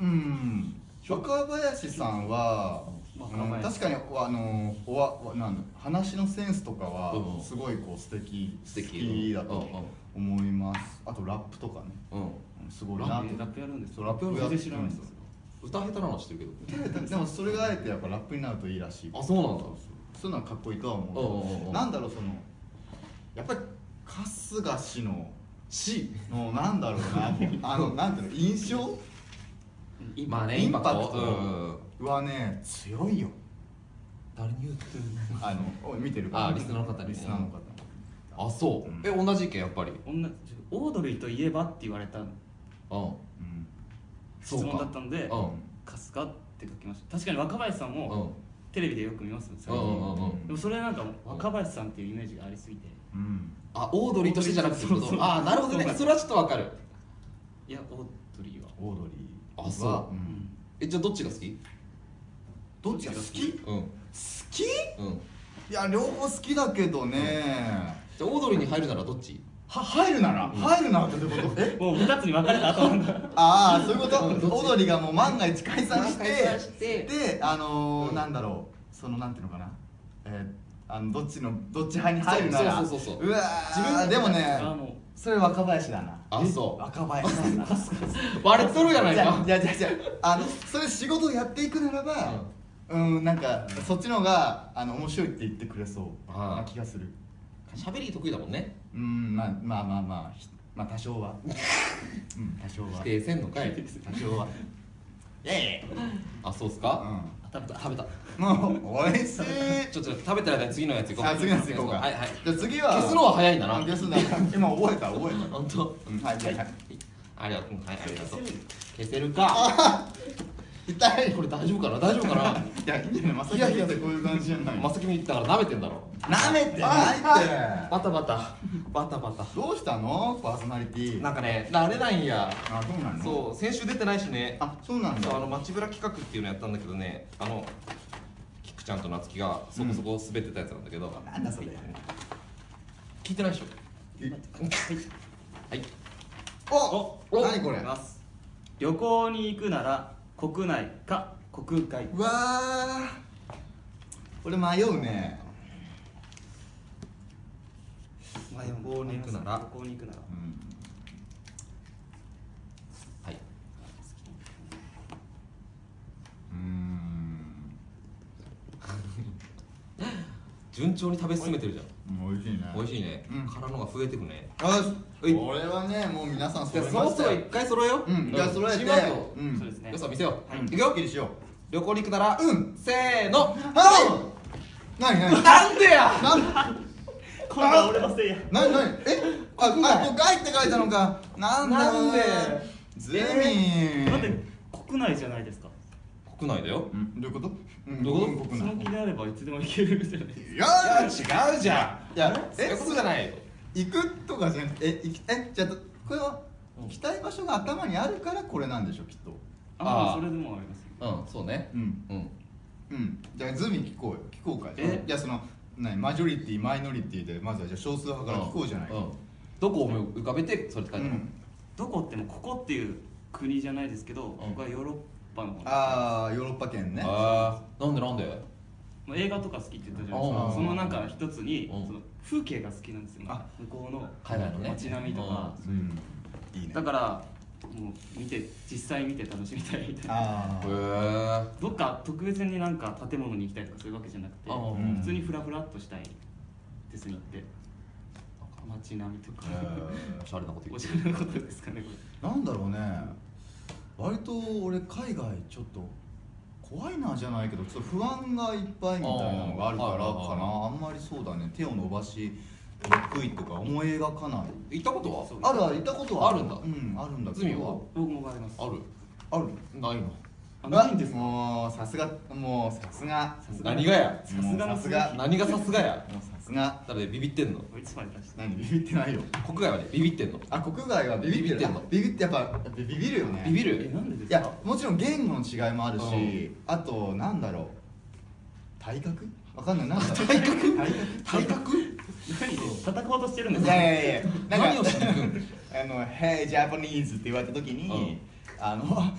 Speaker 3: うん若林さんは、
Speaker 2: 若
Speaker 3: うん
Speaker 2: 林
Speaker 3: 確かにあのおわわなんだ話のセンスとか
Speaker 1: う
Speaker 3: は
Speaker 1: ん
Speaker 3: すごいこう素敵
Speaker 1: 素敵
Speaker 3: 好きだ
Speaker 1: うんう
Speaker 3: と
Speaker 1: ん
Speaker 3: 思いますあとラップとかね
Speaker 1: うん
Speaker 3: うんすごい
Speaker 2: ラ
Speaker 3: な
Speaker 2: ップラップやるんです
Speaker 3: そうラップや
Speaker 2: 全
Speaker 3: って
Speaker 2: 然
Speaker 3: る
Speaker 2: 知らないです
Speaker 1: 歌下手なのは知ってるけど
Speaker 3: でもそれがあえてやっぱラップになるといいらしい
Speaker 1: あそうなんだ
Speaker 3: そういうのはかっこいいとは
Speaker 1: おうおうお
Speaker 3: 思
Speaker 1: う
Speaker 3: うなんだろうそのやっぱり春日氏の
Speaker 1: C
Speaker 3: のなんだろうなあのなんていうの印象
Speaker 1: まあね
Speaker 3: イ
Speaker 1: イ
Speaker 3: ン
Speaker 1: ン
Speaker 3: パ
Speaker 1: パ
Speaker 3: ク
Speaker 1: ク
Speaker 3: ト
Speaker 1: トうんうん
Speaker 3: はね強いよ
Speaker 1: 誰に言ってん
Speaker 3: あのお見てる
Speaker 1: あリスナーの方に
Speaker 3: リスナーの方
Speaker 1: のあそう、
Speaker 3: うん
Speaker 1: え同じ意見やっぱりうん
Speaker 2: 女オードリーといえばって言われた
Speaker 3: うん
Speaker 2: 質
Speaker 1: そう
Speaker 2: 問
Speaker 1: か
Speaker 2: だったので
Speaker 1: うん
Speaker 2: 「かすか?」って書きました確かに若林さん
Speaker 1: うん
Speaker 2: もテレビでよく見ます最
Speaker 1: うんうん
Speaker 2: 近
Speaker 1: うんうん
Speaker 2: でもそれなんかもう若林さんっていうイメージがありすぎて
Speaker 3: うん
Speaker 1: あオードリーとしてじゃなくて
Speaker 2: そうそうそう
Speaker 1: あなるほどねそれはちょっとわかる
Speaker 2: いやオードリーは
Speaker 3: オードリー
Speaker 1: あそうんえじゃあどっちが好き
Speaker 3: どっちが好き好
Speaker 1: うん
Speaker 3: きい
Speaker 1: うん
Speaker 3: や両方好きだけどね
Speaker 1: じゃあオードリーに入るならどっち
Speaker 3: は入るなら入るならってどういうことえ
Speaker 2: もう2つに分かれた後なんだ
Speaker 3: ああそういうこと
Speaker 1: うんどっち
Speaker 3: オードリーがもう万が一解散して
Speaker 1: 解散して
Speaker 3: であのー
Speaker 1: うん
Speaker 3: なんだろうそのなんていうのかなえーあのどっちのどっち派に入るなら
Speaker 1: そうそうそうそう
Speaker 3: わー
Speaker 1: 自分
Speaker 3: でもね
Speaker 2: あも
Speaker 3: それ若林だな
Speaker 1: あそう
Speaker 3: 若林さん だな
Speaker 1: 割れとるやないか
Speaker 3: じゃあじゃあじゃああのそれ仕事やっていくならばうん、なんかそっちの方があの面白いって言ってくれそう
Speaker 1: あー
Speaker 3: な気がする
Speaker 1: 喋り得意だもんね
Speaker 3: うんまあまあまあまあひまあ多少はうん多少は
Speaker 1: 否定せんのか い
Speaker 3: 多少はイエーイ
Speaker 1: あそうっす
Speaker 3: う
Speaker 1: か、
Speaker 3: ん
Speaker 1: 食べた食べた
Speaker 3: もう美味しい。
Speaker 1: ちょっと食べた間に次のやつ行こう
Speaker 3: あ、次のやつ行こうか。
Speaker 1: はいはい
Speaker 3: じゃあ次は。
Speaker 1: 消すのは早いんだな
Speaker 3: あ消すんだ。今覚えた覚え
Speaker 1: 本当
Speaker 3: た。うん、はいはいはい。
Speaker 1: ありがとうはいありがとう
Speaker 2: 消
Speaker 1: 消せるか
Speaker 3: 痛い。
Speaker 1: これ大丈夫かな大丈夫か ない
Speaker 3: やいいんじゃない。まさ
Speaker 1: い
Speaker 3: き
Speaker 1: やいや
Speaker 3: ってこういう感じじゃない。
Speaker 1: まさきみだから舐めてんだろ
Speaker 3: 舐めてないって。
Speaker 1: バタバタ バタバタ
Speaker 3: どうしたの？パーソナリティ。
Speaker 1: なんかね慣れないんや
Speaker 3: あ、そうなの？
Speaker 1: そう先週出てないしね
Speaker 3: あ、そうなんだ
Speaker 1: そう。あの街ぶら企画っていうのやったんだけどねあのキクちゃんと夏希がそこそこ滑ってたやつなんだけど、
Speaker 3: なんだそれ。
Speaker 1: 聞いてないでしょ
Speaker 3: え
Speaker 1: はい
Speaker 3: お、
Speaker 1: お
Speaker 3: 何これ？
Speaker 2: え
Speaker 3: わ
Speaker 2: ます旅行に行くなら国内か国外
Speaker 3: あ。これ迷うね。
Speaker 2: まあでも
Speaker 1: 旅行に行くなら
Speaker 2: 旅行に行くなら
Speaker 3: うん。
Speaker 1: はい
Speaker 3: うん。
Speaker 1: 順調に食べ進めてるじゃん
Speaker 3: うん美味しいね。
Speaker 1: 美味しいね、
Speaker 3: うん
Speaker 1: 殻のが増えてくね
Speaker 3: よ
Speaker 1: うい
Speaker 3: しこれはねもう皆さん
Speaker 1: じゃあ
Speaker 3: れ
Speaker 1: そろそろ一回揃えよう、
Speaker 3: うんじゃあ揃えて
Speaker 1: チームワークを
Speaker 3: うん
Speaker 2: そうですね
Speaker 1: 良さ見せよう、
Speaker 2: はい
Speaker 1: い、くよ
Speaker 3: きりしよ
Speaker 1: 旅行に行くなら
Speaker 3: うん
Speaker 1: せーの
Speaker 3: うはい何何
Speaker 1: なんでや
Speaker 3: 何
Speaker 2: 今度は俺のせいや
Speaker 3: 何何え ああ都会って書いたのかなんだ
Speaker 1: なんで
Speaker 3: ゼ
Speaker 2: だって
Speaker 3: ミ
Speaker 2: 国内じゃないですか
Speaker 1: 国内だよ
Speaker 3: うんどういうことうん
Speaker 1: どういうこと
Speaker 3: うん
Speaker 2: その
Speaker 3: 国
Speaker 2: 気
Speaker 3: 内
Speaker 2: であればいつでも行けるじゃない
Speaker 3: いや
Speaker 1: 違うじゃ
Speaker 3: いや
Speaker 1: そういうことじゃないよ
Speaker 3: 行くとかじゃなくてえ行きえじゃあこれは行きたい場所が頭にあるからこれなんでしょきっと
Speaker 1: あ
Speaker 2: あ
Speaker 1: ー
Speaker 2: あそれでもあります
Speaker 1: うんそうね
Speaker 3: うん
Speaker 1: うん
Speaker 3: うんじゃあズミ聞こうよ聞こうか
Speaker 2: え
Speaker 3: いやその何マジョリティマイノリティでまずはじゃあ少数派から聞こうじゃない
Speaker 1: んどこを思い浮かべてそれって書いてあるの、
Speaker 2: どこってもここっていう国じゃないですけど
Speaker 1: ん
Speaker 2: 僕はヨーロッパの方
Speaker 3: ああヨーロッパ圏ね
Speaker 1: ああなんでなんで
Speaker 2: まあ映画とか好きって言ったじゃないです
Speaker 1: あ
Speaker 2: か
Speaker 1: ー
Speaker 2: その中一つに
Speaker 1: うん
Speaker 2: その風景が好きなんですよ
Speaker 3: あ
Speaker 2: 向こうの
Speaker 1: 海外のね
Speaker 2: 街並みとか
Speaker 1: うん
Speaker 3: うんいいね
Speaker 2: だからもう見て実際見て楽しみたいみたいな
Speaker 3: あ
Speaker 1: へえ
Speaker 3: あ
Speaker 2: どっか特別になんか建物に行きたいとかそういうわけじゃなくて
Speaker 1: あー
Speaker 2: 普通にフラフラっとしたいですねって街並みとか
Speaker 1: おしゃれなこと言
Speaker 2: お
Speaker 1: っ
Speaker 2: してゃれなことですかねこ
Speaker 3: なんだろうね
Speaker 1: 割と俺海外ちょっと
Speaker 3: 怖いなじゃないけどちょっと不安がいっぱいみたいなのがあるからかな
Speaker 1: あー
Speaker 3: あんまりそうだね手を伸ばしにくいとか思い描かない
Speaker 1: 行ったことは
Speaker 2: そう
Speaker 3: あるある行ったことは
Speaker 1: あるんだ
Speaker 3: うんあるんだ
Speaker 1: 罪は
Speaker 2: 僕もあります
Speaker 1: ある
Speaker 3: ある
Speaker 1: ないの
Speaker 2: あないんですか
Speaker 3: もうさすがもうさすが
Speaker 2: さすが
Speaker 1: 何がや
Speaker 2: さすが
Speaker 3: もう
Speaker 2: の
Speaker 3: さすが
Speaker 1: 何がさすがや
Speaker 3: もうさすが
Speaker 1: だからビビってんの
Speaker 2: いつまで出して
Speaker 3: 何ビビってないよ
Speaker 1: 国外はねビビってんの
Speaker 3: あ国外はビビっ
Speaker 1: ビビっ
Speaker 3: てる
Speaker 1: てんの
Speaker 3: あビビってやっぱやっぱビビるよね
Speaker 1: ビビ
Speaker 2: え
Speaker 1: る
Speaker 2: なんでです
Speaker 3: い
Speaker 2: か
Speaker 3: やもちろん言語の違いもあるし、
Speaker 1: う
Speaker 3: あとなんだろう体格わか んないなんだろう体格体格
Speaker 1: 体格
Speaker 2: 何で叩こうとしてるんです
Speaker 3: い
Speaker 2: か
Speaker 3: やいやいやなんか
Speaker 1: 何をしに行くん
Speaker 3: あの「Hey Japanese」って言われた時に、あのあ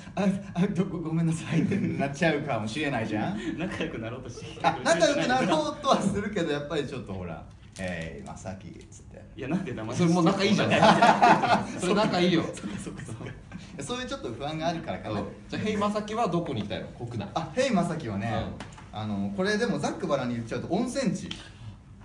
Speaker 3: あどごごめんなさいってなっちゃうかもしれないじゃん
Speaker 2: 仲良くなろうとして
Speaker 3: あ仲良くな
Speaker 2: う
Speaker 3: ろうとはするけどやっぱりちょっとほら「Hey まさき」っつって
Speaker 2: いやなんで黙って
Speaker 1: それもう仲いいじゃ んそれ仲いいよ
Speaker 2: そうかそうか
Speaker 3: そういうちょっと不安があるからかな、
Speaker 1: じゃあヘイマサキはどこにいたいの国内
Speaker 3: あ「Hey まさき」はね、あのこれでもざっくばらんに言っちゃうと温泉地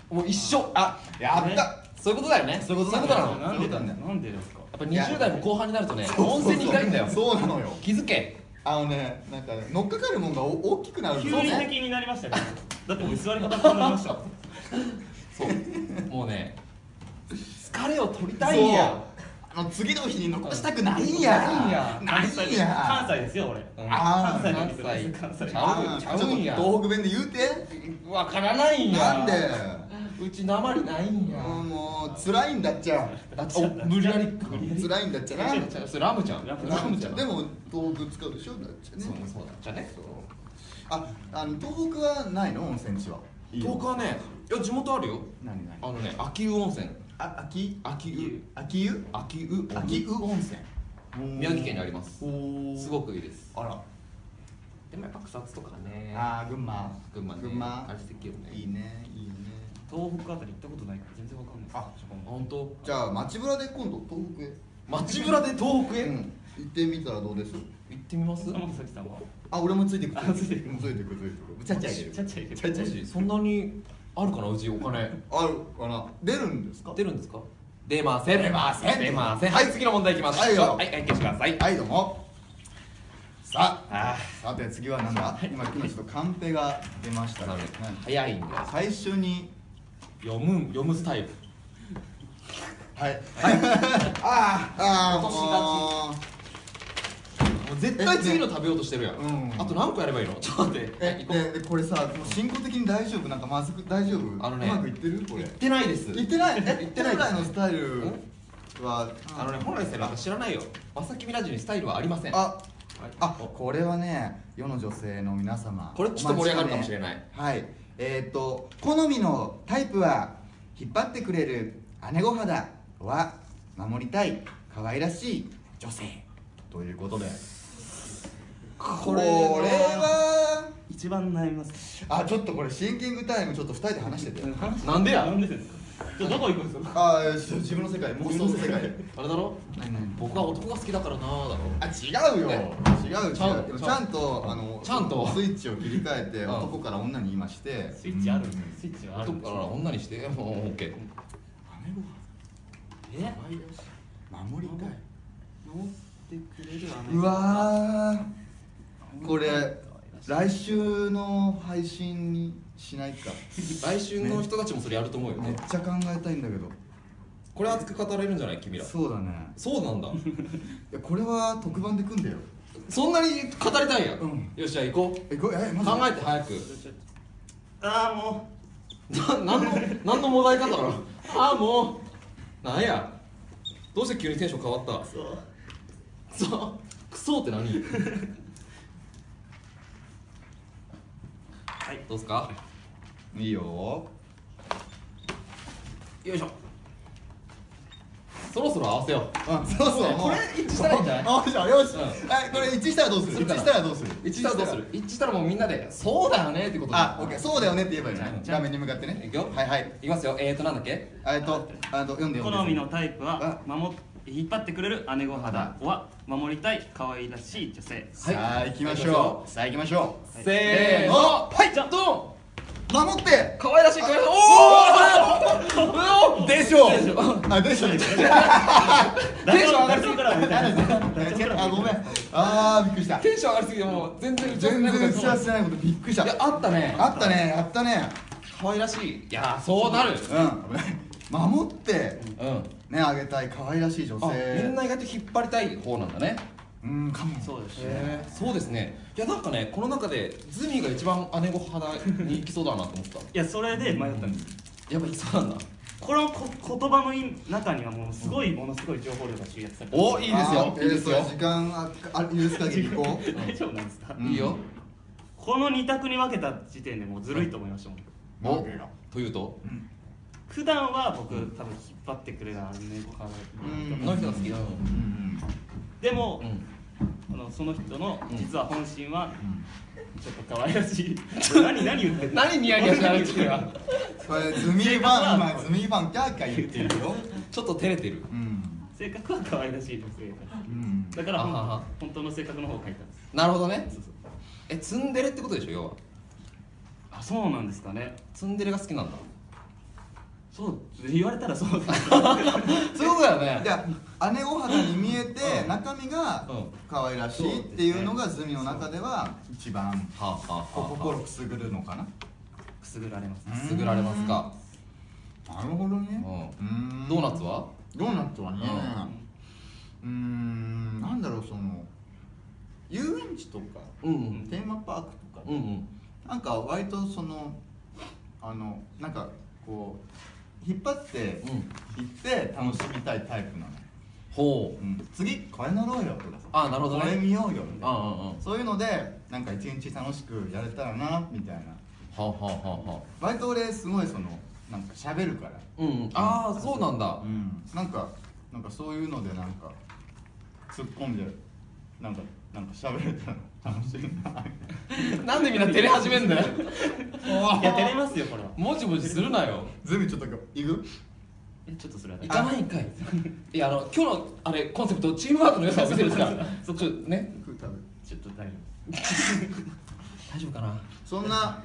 Speaker 1: もう一緒あ
Speaker 3: やった、
Speaker 2: ね
Speaker 1: そういうことだよね
Speaker 3: そういうこと
Speaker 1: な
Speaker 3: な
Speaker 1: の
Speaker 3: の
Speaker 1: や
Speaker 2: なんでだなんでですか
Speaker 1: っぱ20代も後半になるとね温泉に行きたいんだよ
Speaker 3: そうなのよ
Speaker 1: 気づけ
Speaker 3: あのねなんかね乗っかかるもんがお大きくなるん
Speaker 2: 急
Speaker 3: です
Speaker 2: に
Speaker 3: よ
Speaker 2: 敵
Speaker 3: ね
Speaker 2: になりましたね だってもう座り方こうなりました
Speaker 1: そうもうね疲れを取りたいんや
Speaker 3: そうあの次の日に残したくないんや
Speaker 2: 関西
Speaker 3: ないん
Speaker 2: で
Speaker 3: や
Speaker 2: 関西ですよ俺
Speaker 1: うん
Speaker 3: あー
Speaker 2: 関西なんですよ関西
Speaker 1: ちゃ
Speaker 3: あ
Speaker 1: うち
Speaker 3: ー
Speaker 1: ゃ
Speaker 3: ちょっ
Speaker 1: う
Speaker 3: と
Speaker 1: んや
Speaker 3: 東北弁で言うて
Speaker 1: わからないんや
Speaker 3: なんで
Speaker 1: うちなまりないんや
Speaker 3: うんもう辛いんだっちゃ
Speaker 1: あお無理やり無理やり
Speaker 3: 辛いんだっちゃな
Speaker 1: それラムちゃん
Speaker 2: ラム
Speaker 1: ラムちゃん
Speaker 3: でも東北使うでしょだっちゃね
Speaker 1: そうそうだじゃあね
Speaker 3: そうああの東北はないの温泉地は
Speaker 1: 東北はねいや地元あるよ
Speaker 3: 何何
Speaker 1: あのね秋保温泉
Speaker 3: あ秋
Speaker 1: 秋保
Speaker 3: 秋
Speaker 1: 秋
Speaker 3: 湯
Speaker 1: 保
Speaker 3: 秋
Speaker 1: 秋
Speaker 3: 湯温泉
Speaker 1: 宮城県にあります
Speaker 3: お
Speaker 1: す
Speaker 3: い
Speaker 1: ごくいいです
Speaker 3: あら
Speaker 1: でもやっぱ草津とかね
Speaker 3: あー群馬
Speaker 1: 群馬ね
Speaker 3: 群馬
Speaker 1: あれ素敵よね
Speaker 3: いいねいいね
Speaker 2: 東北あたり行ったことないから全然わかんないです
Speaker 3: あ
Speaker 2: そこ
Speaker 1: あ
Speaker 2: も
Speaker 1: 本当
Speaker 3: じゃあ町ぶらで今度東北へ
Speaker 1: 町ぶらで東北へ
Speaker 3: うん行ってみたらどうです
Speaker 1: 行ってみます
Speaker 2: 山本咲さんは
Speaker 3: あ俺もついてく
Speaker 2: あついてく
Speaker 3: もうついてくついてくちゃっちゃいで
Speaker 2: ちゃっちゃいけど
Speaker 3: ちゃっちゃ
Speaker 1: マ
Speaker 3: い
Speaker 1: ジそんなにあるかなうちお金
Speaker 3: あるかな出るんですか
Speaker 1: 出るんですか出ません
Speaker 3: 出ません
Speaker 1: 出ませんは
Speaker 3: はいい
Speaker 1: 次の問題いきましょ
Speaker 3: はいうよ
Speaker 1: はいはい消してください
Speaker 3: はいどうもさ
Speaker 1: あ
Speaker 3: あさて次はなんだ今今ちょっとカンペが出ましたけどね
Speaker 1: 早いんだよ
Speaker 3: 最初に
Speaker 1: 読む読むスタイル
Speaker 3: はい
Speaker 1: 落とし
Speaker 3: ああああ
Speaker 1: もう絶対次の食べようとしてるやん、
Speaker 3: うん
Speaker 1: あと何個やればいいのちょっと待って、はい
Speaker 3: え
Speaker 1: 行こう
Speaker 3: ででこれさもう進行的に大丈夫なんかまずく大丈夫
Speaker 1: あのね
Speaker 3: うまくいってるこれ
Speaker 1: 行ってないです
Speaker 3: いってないえ
Speaker 1: 行ってない
Speaker 3: 本来のスタイルは
Speaker 1: あのね本来ですね私知らないよまさきみラジにスタイルはありません
Speaker 3: あ
Speaker 2: はい
Speaker 3: あこれはね世の女性の皆様
Speaker 1: これちょっと盛り上がるかもしれない
Speaker 3: お待ちかねはいえっ、と好みのタイプは引っ張ってくれる姉御肌は守りたい可愛らしい女性ということで
Speaker 1: これ
Speaker 3: これは
Speaker 2: 一番悩みます
Speaker 3: あちょっとこれシンキングタイムちょっと2人で話してて
Speaker 1: なんでや
Speaker 2: なんでですかじゃあどこ行くんですか
Speaker 3: あーちょ自分の世界妄想の世界
Speaker 1: あれだろ僕は男が好きだからなーだろ
Speaker 3: あ違うよ違う
Speaker 1: え
Speaker 3: 違う
Speaker 1: ちゃう
Speaker 3: でもちゃんとあの
Speaker 1: ちゃんと
Speaker 3: スイッチを切り替えて
Speaker 1: うん
Speaker 3: 男から女に言いまして
Speaker 2: スイッチあるんです
Speaker 3: うん
Speaker 2: スイッチはあるん
Speaker 1: 男
Speaker 2: で
Speaker 1: か
Speaker 2: す
Speaker 1: ら女にしてもう OK
Speaker 2: え
Speaker 3: 守りたい
Speaker 2: 守ってくれる姉
Speaker 3: うわーこれ来週の配信にしないか
Speaker 1: 来週の人たちもそれやると思うよね
Speaker 3: めっちゃ考えたいんだけど
Speaker 1: これ熱く語れるんじゃない君ら
Speaker 3: そうだね
Speaker 1: そうなんだ
Speaker 3: いやこれは特番で組んだよ
Speaker 1: そんなに語りたいやん、
Speaker 3: うん
Speaker 1: よっしゃ行こう
Speaker 3: えこえマジ
Speaker 1: 考
Speaker 3: で
Speaker 1: えて早く
Speaker 2: ああも
Speaker 1: な何の何のもだいかだろああもうなんやどうして急にテンション変わった
Speaker 2: うそう
Speaker 1: クソクソって 何
Speaker 2: はい
Speaker 1: どうすか
Speaker 3: いいよ
Speaker 1: よいしょそろそろ合わせよ
Speaker 3: あそうそうもう
Speaker 1: 一致したらいいんじゃ
Speaker 3: あじゃあよし、
Speaker 1: うん
Speaker 3: はいこれ一致したらどうす
Speaker 1: 一
Speaker 3: る一
Speaker 1: 致したら
Speaker 3: 致したらどうする
Speaker 1: 一致したらどうする一致したらもうみんなで「そうだよね」ってことで
Speaker 3: あ、オッケー、そうだよねって言えばいいの
Speaker 1: うん
Speaker 3: ね。画面に向かってね。
Speaker 1: いくよ
Speaker 3: はいはい。
Speaker 1: いきますよえーとなんだっけ
Speaker 3: えっと、あの読んで読んで。
Speaker 2: 好みのタイプは守っ引っ張ってくれる姉御肌は守りたい可愛らしい女性
Speaker 3: さあ、行きまし
Speaker 1: は
Speaker 3: ょう。さあ、行きましょう。
Speaker 1: せーの
Speaker 2: はいじゃあ
Speaker 1: ドン
Speaker 3: 守って
Speaker 1: 可愛らしい可愛らしいおーおーでしょ
Speaker 2: でしょ
Speaker 3: あ、どうしたらいい
Speaker 1: テンション上がり
Speaker 2: ダチ
Speaker 1: す
Speaker 2: ョウ
Speaker 1: ぎて
Speaker 2: 倶楽部みたいな
Speaker 3: あ、ごめんあー、びっくりした
Speaker 1: テンション上がりすぎてもう全然打ち合わせ
Speaker 3: 全
Speaker 1: ないこと
Speaker 3: 然
Speaker 1: やって
Speaker 3: 幸せないことびっくりした
Speaker 1: いやあったね
Speaker 3: あったね、あったね
Speaker 1: 可愛らしいいやーそうなる
Speaker 3: うん守って
Speaker 1: うん
Speaker 3: ね、あげたい可愛らしい女
Speaker 1: あみん
Speaker 3: 性
Speaker 1: な意外と引っ張りたい方なんだね
Speaker 3: うん、かも
Speaker 2: そうですね
Speaker 1: へえそうですねいやなんかねこの中でズミが一番姉御肌に行きそうだなと思った
Speaker 2: いやそれで迷ったんです
Speaker 1: やっぱいそうなんだ
Speaker 2: このこ言葉のい中にはもうすごいものすごい情報量が集約されて
Speaker 1: おいいですよ
Speaker 3: あ
Speaker 1: いいですよ
Speaker 3: えーそう時間ああ許す限り行こう
Speaker 2: 大丈夫なんですか
Speaker 3: うん
Speaker 1: いいよ
Speaker 2: この2択に分けた時点でもうずるいと思いましたもん
Speaker 1: お
Speaker 3: なんでだ
Speaker 1: というと
Speaker 2: 普段は僕多分引っ張ってくれない猫かな
Speaker 1: この人が好きだ
Speaker 3: うんうん
Speaker 2: でも
Speaker 1: う、ん
Speaker 2: あのその人の
Speaker 1: うん
Speaker 2: 実は本心は
Speaker 3: うん
Speaker 2: ちょっと可愛らしい何何言ってんの
Speaker 1: 何ニヤニヤしながら言ってるよ
Speaker 3: これズミバン、今ズミバンキャーキャー言ってるよ
Speaker 1: ちょっと照れてる
Speaker 3: うん
Speaker 2: 性格は可愛らしい女性
Speaker 3: うん
Speaker 2: だから
Speaker 1: あはは
Speaker 2: 本当の性格の方を書いたんです
Speaker 1: なるほどね
Speaker 2: そうそう
Speaker 1: えツンデレってことでしょ要は
Speaker 2: あそうなんですかね
Speaker 1: ツンデレが好きなんだ
Speaker 2: そう言われたらそうで す
Speaker 1: そういうことだよね
Speaker 3: いや姉御肌に見えて
Speaker 1: うん
Speaker 3: 中身が
Speaker 1: うん
Speaker 3: 可愛らしいっていうのがズミの中では一番
Speaker 1: はあはあはあ
Speaker 3: 心
Speaker 1: は
Speaker 3: くすぐるのかな
Speaker 2: くすぐられます
Speaker 1: あくすぐられますか
Speaker 3: なるほどね
Speaker 1: う
Speaker 3: うん
Speaker 1: ドーナツは
Speaker 3: ドーナツはねうーんなんだろうその遊園地とか
Speaker 1: うんう
Speaker 3: テーマパークとか
Speaker 1: うんうん
Speaker 3: なんか割とそのあのなんかこう引っ張って
Speaker 1: うん
Speaker 3: 行って楽しみたいタイプなの
Speaker 1: ほう
Speaker 3: うん次これ乗ろうよとかさ
Speaker 1: あなるほど
Speaker 3: これ
Speaker 1: ね
Speaker 3: 見ようよみ
Speaker 1: うんうん
Speaker 3: たいな
Speaker 1: うんは
Speaker 3: そういうのでなんか一日楽しくやれたらなみたいな
Speaker 1: あはあはあはあ
Speaker 3: 割と俺すごいそのなんか喋るから
Speaker 1: うんうんああそうなんだ
Speaker 3: うんなんかなんかそういうのでなんか突っ込んでなんかなんか喋れたら楽しいな
Speaker 1: なんでみんな照れ始めん だよ
Speaker 2: いや照れますよこれは
Speaker 1: もじもじするなよ
Speaker 3: ズミちょっと行く
Speaker 2: えちょっとそれは
Speaker 1: 行かないんかいいやあの今日のあれコンセプトチームワークの良さを見せるからそっちょね
Speaker 3: 行く多分
Speaker 2: ちょっと大丈
Speaker 1: 大丈夫かな
Speaker 3: そんな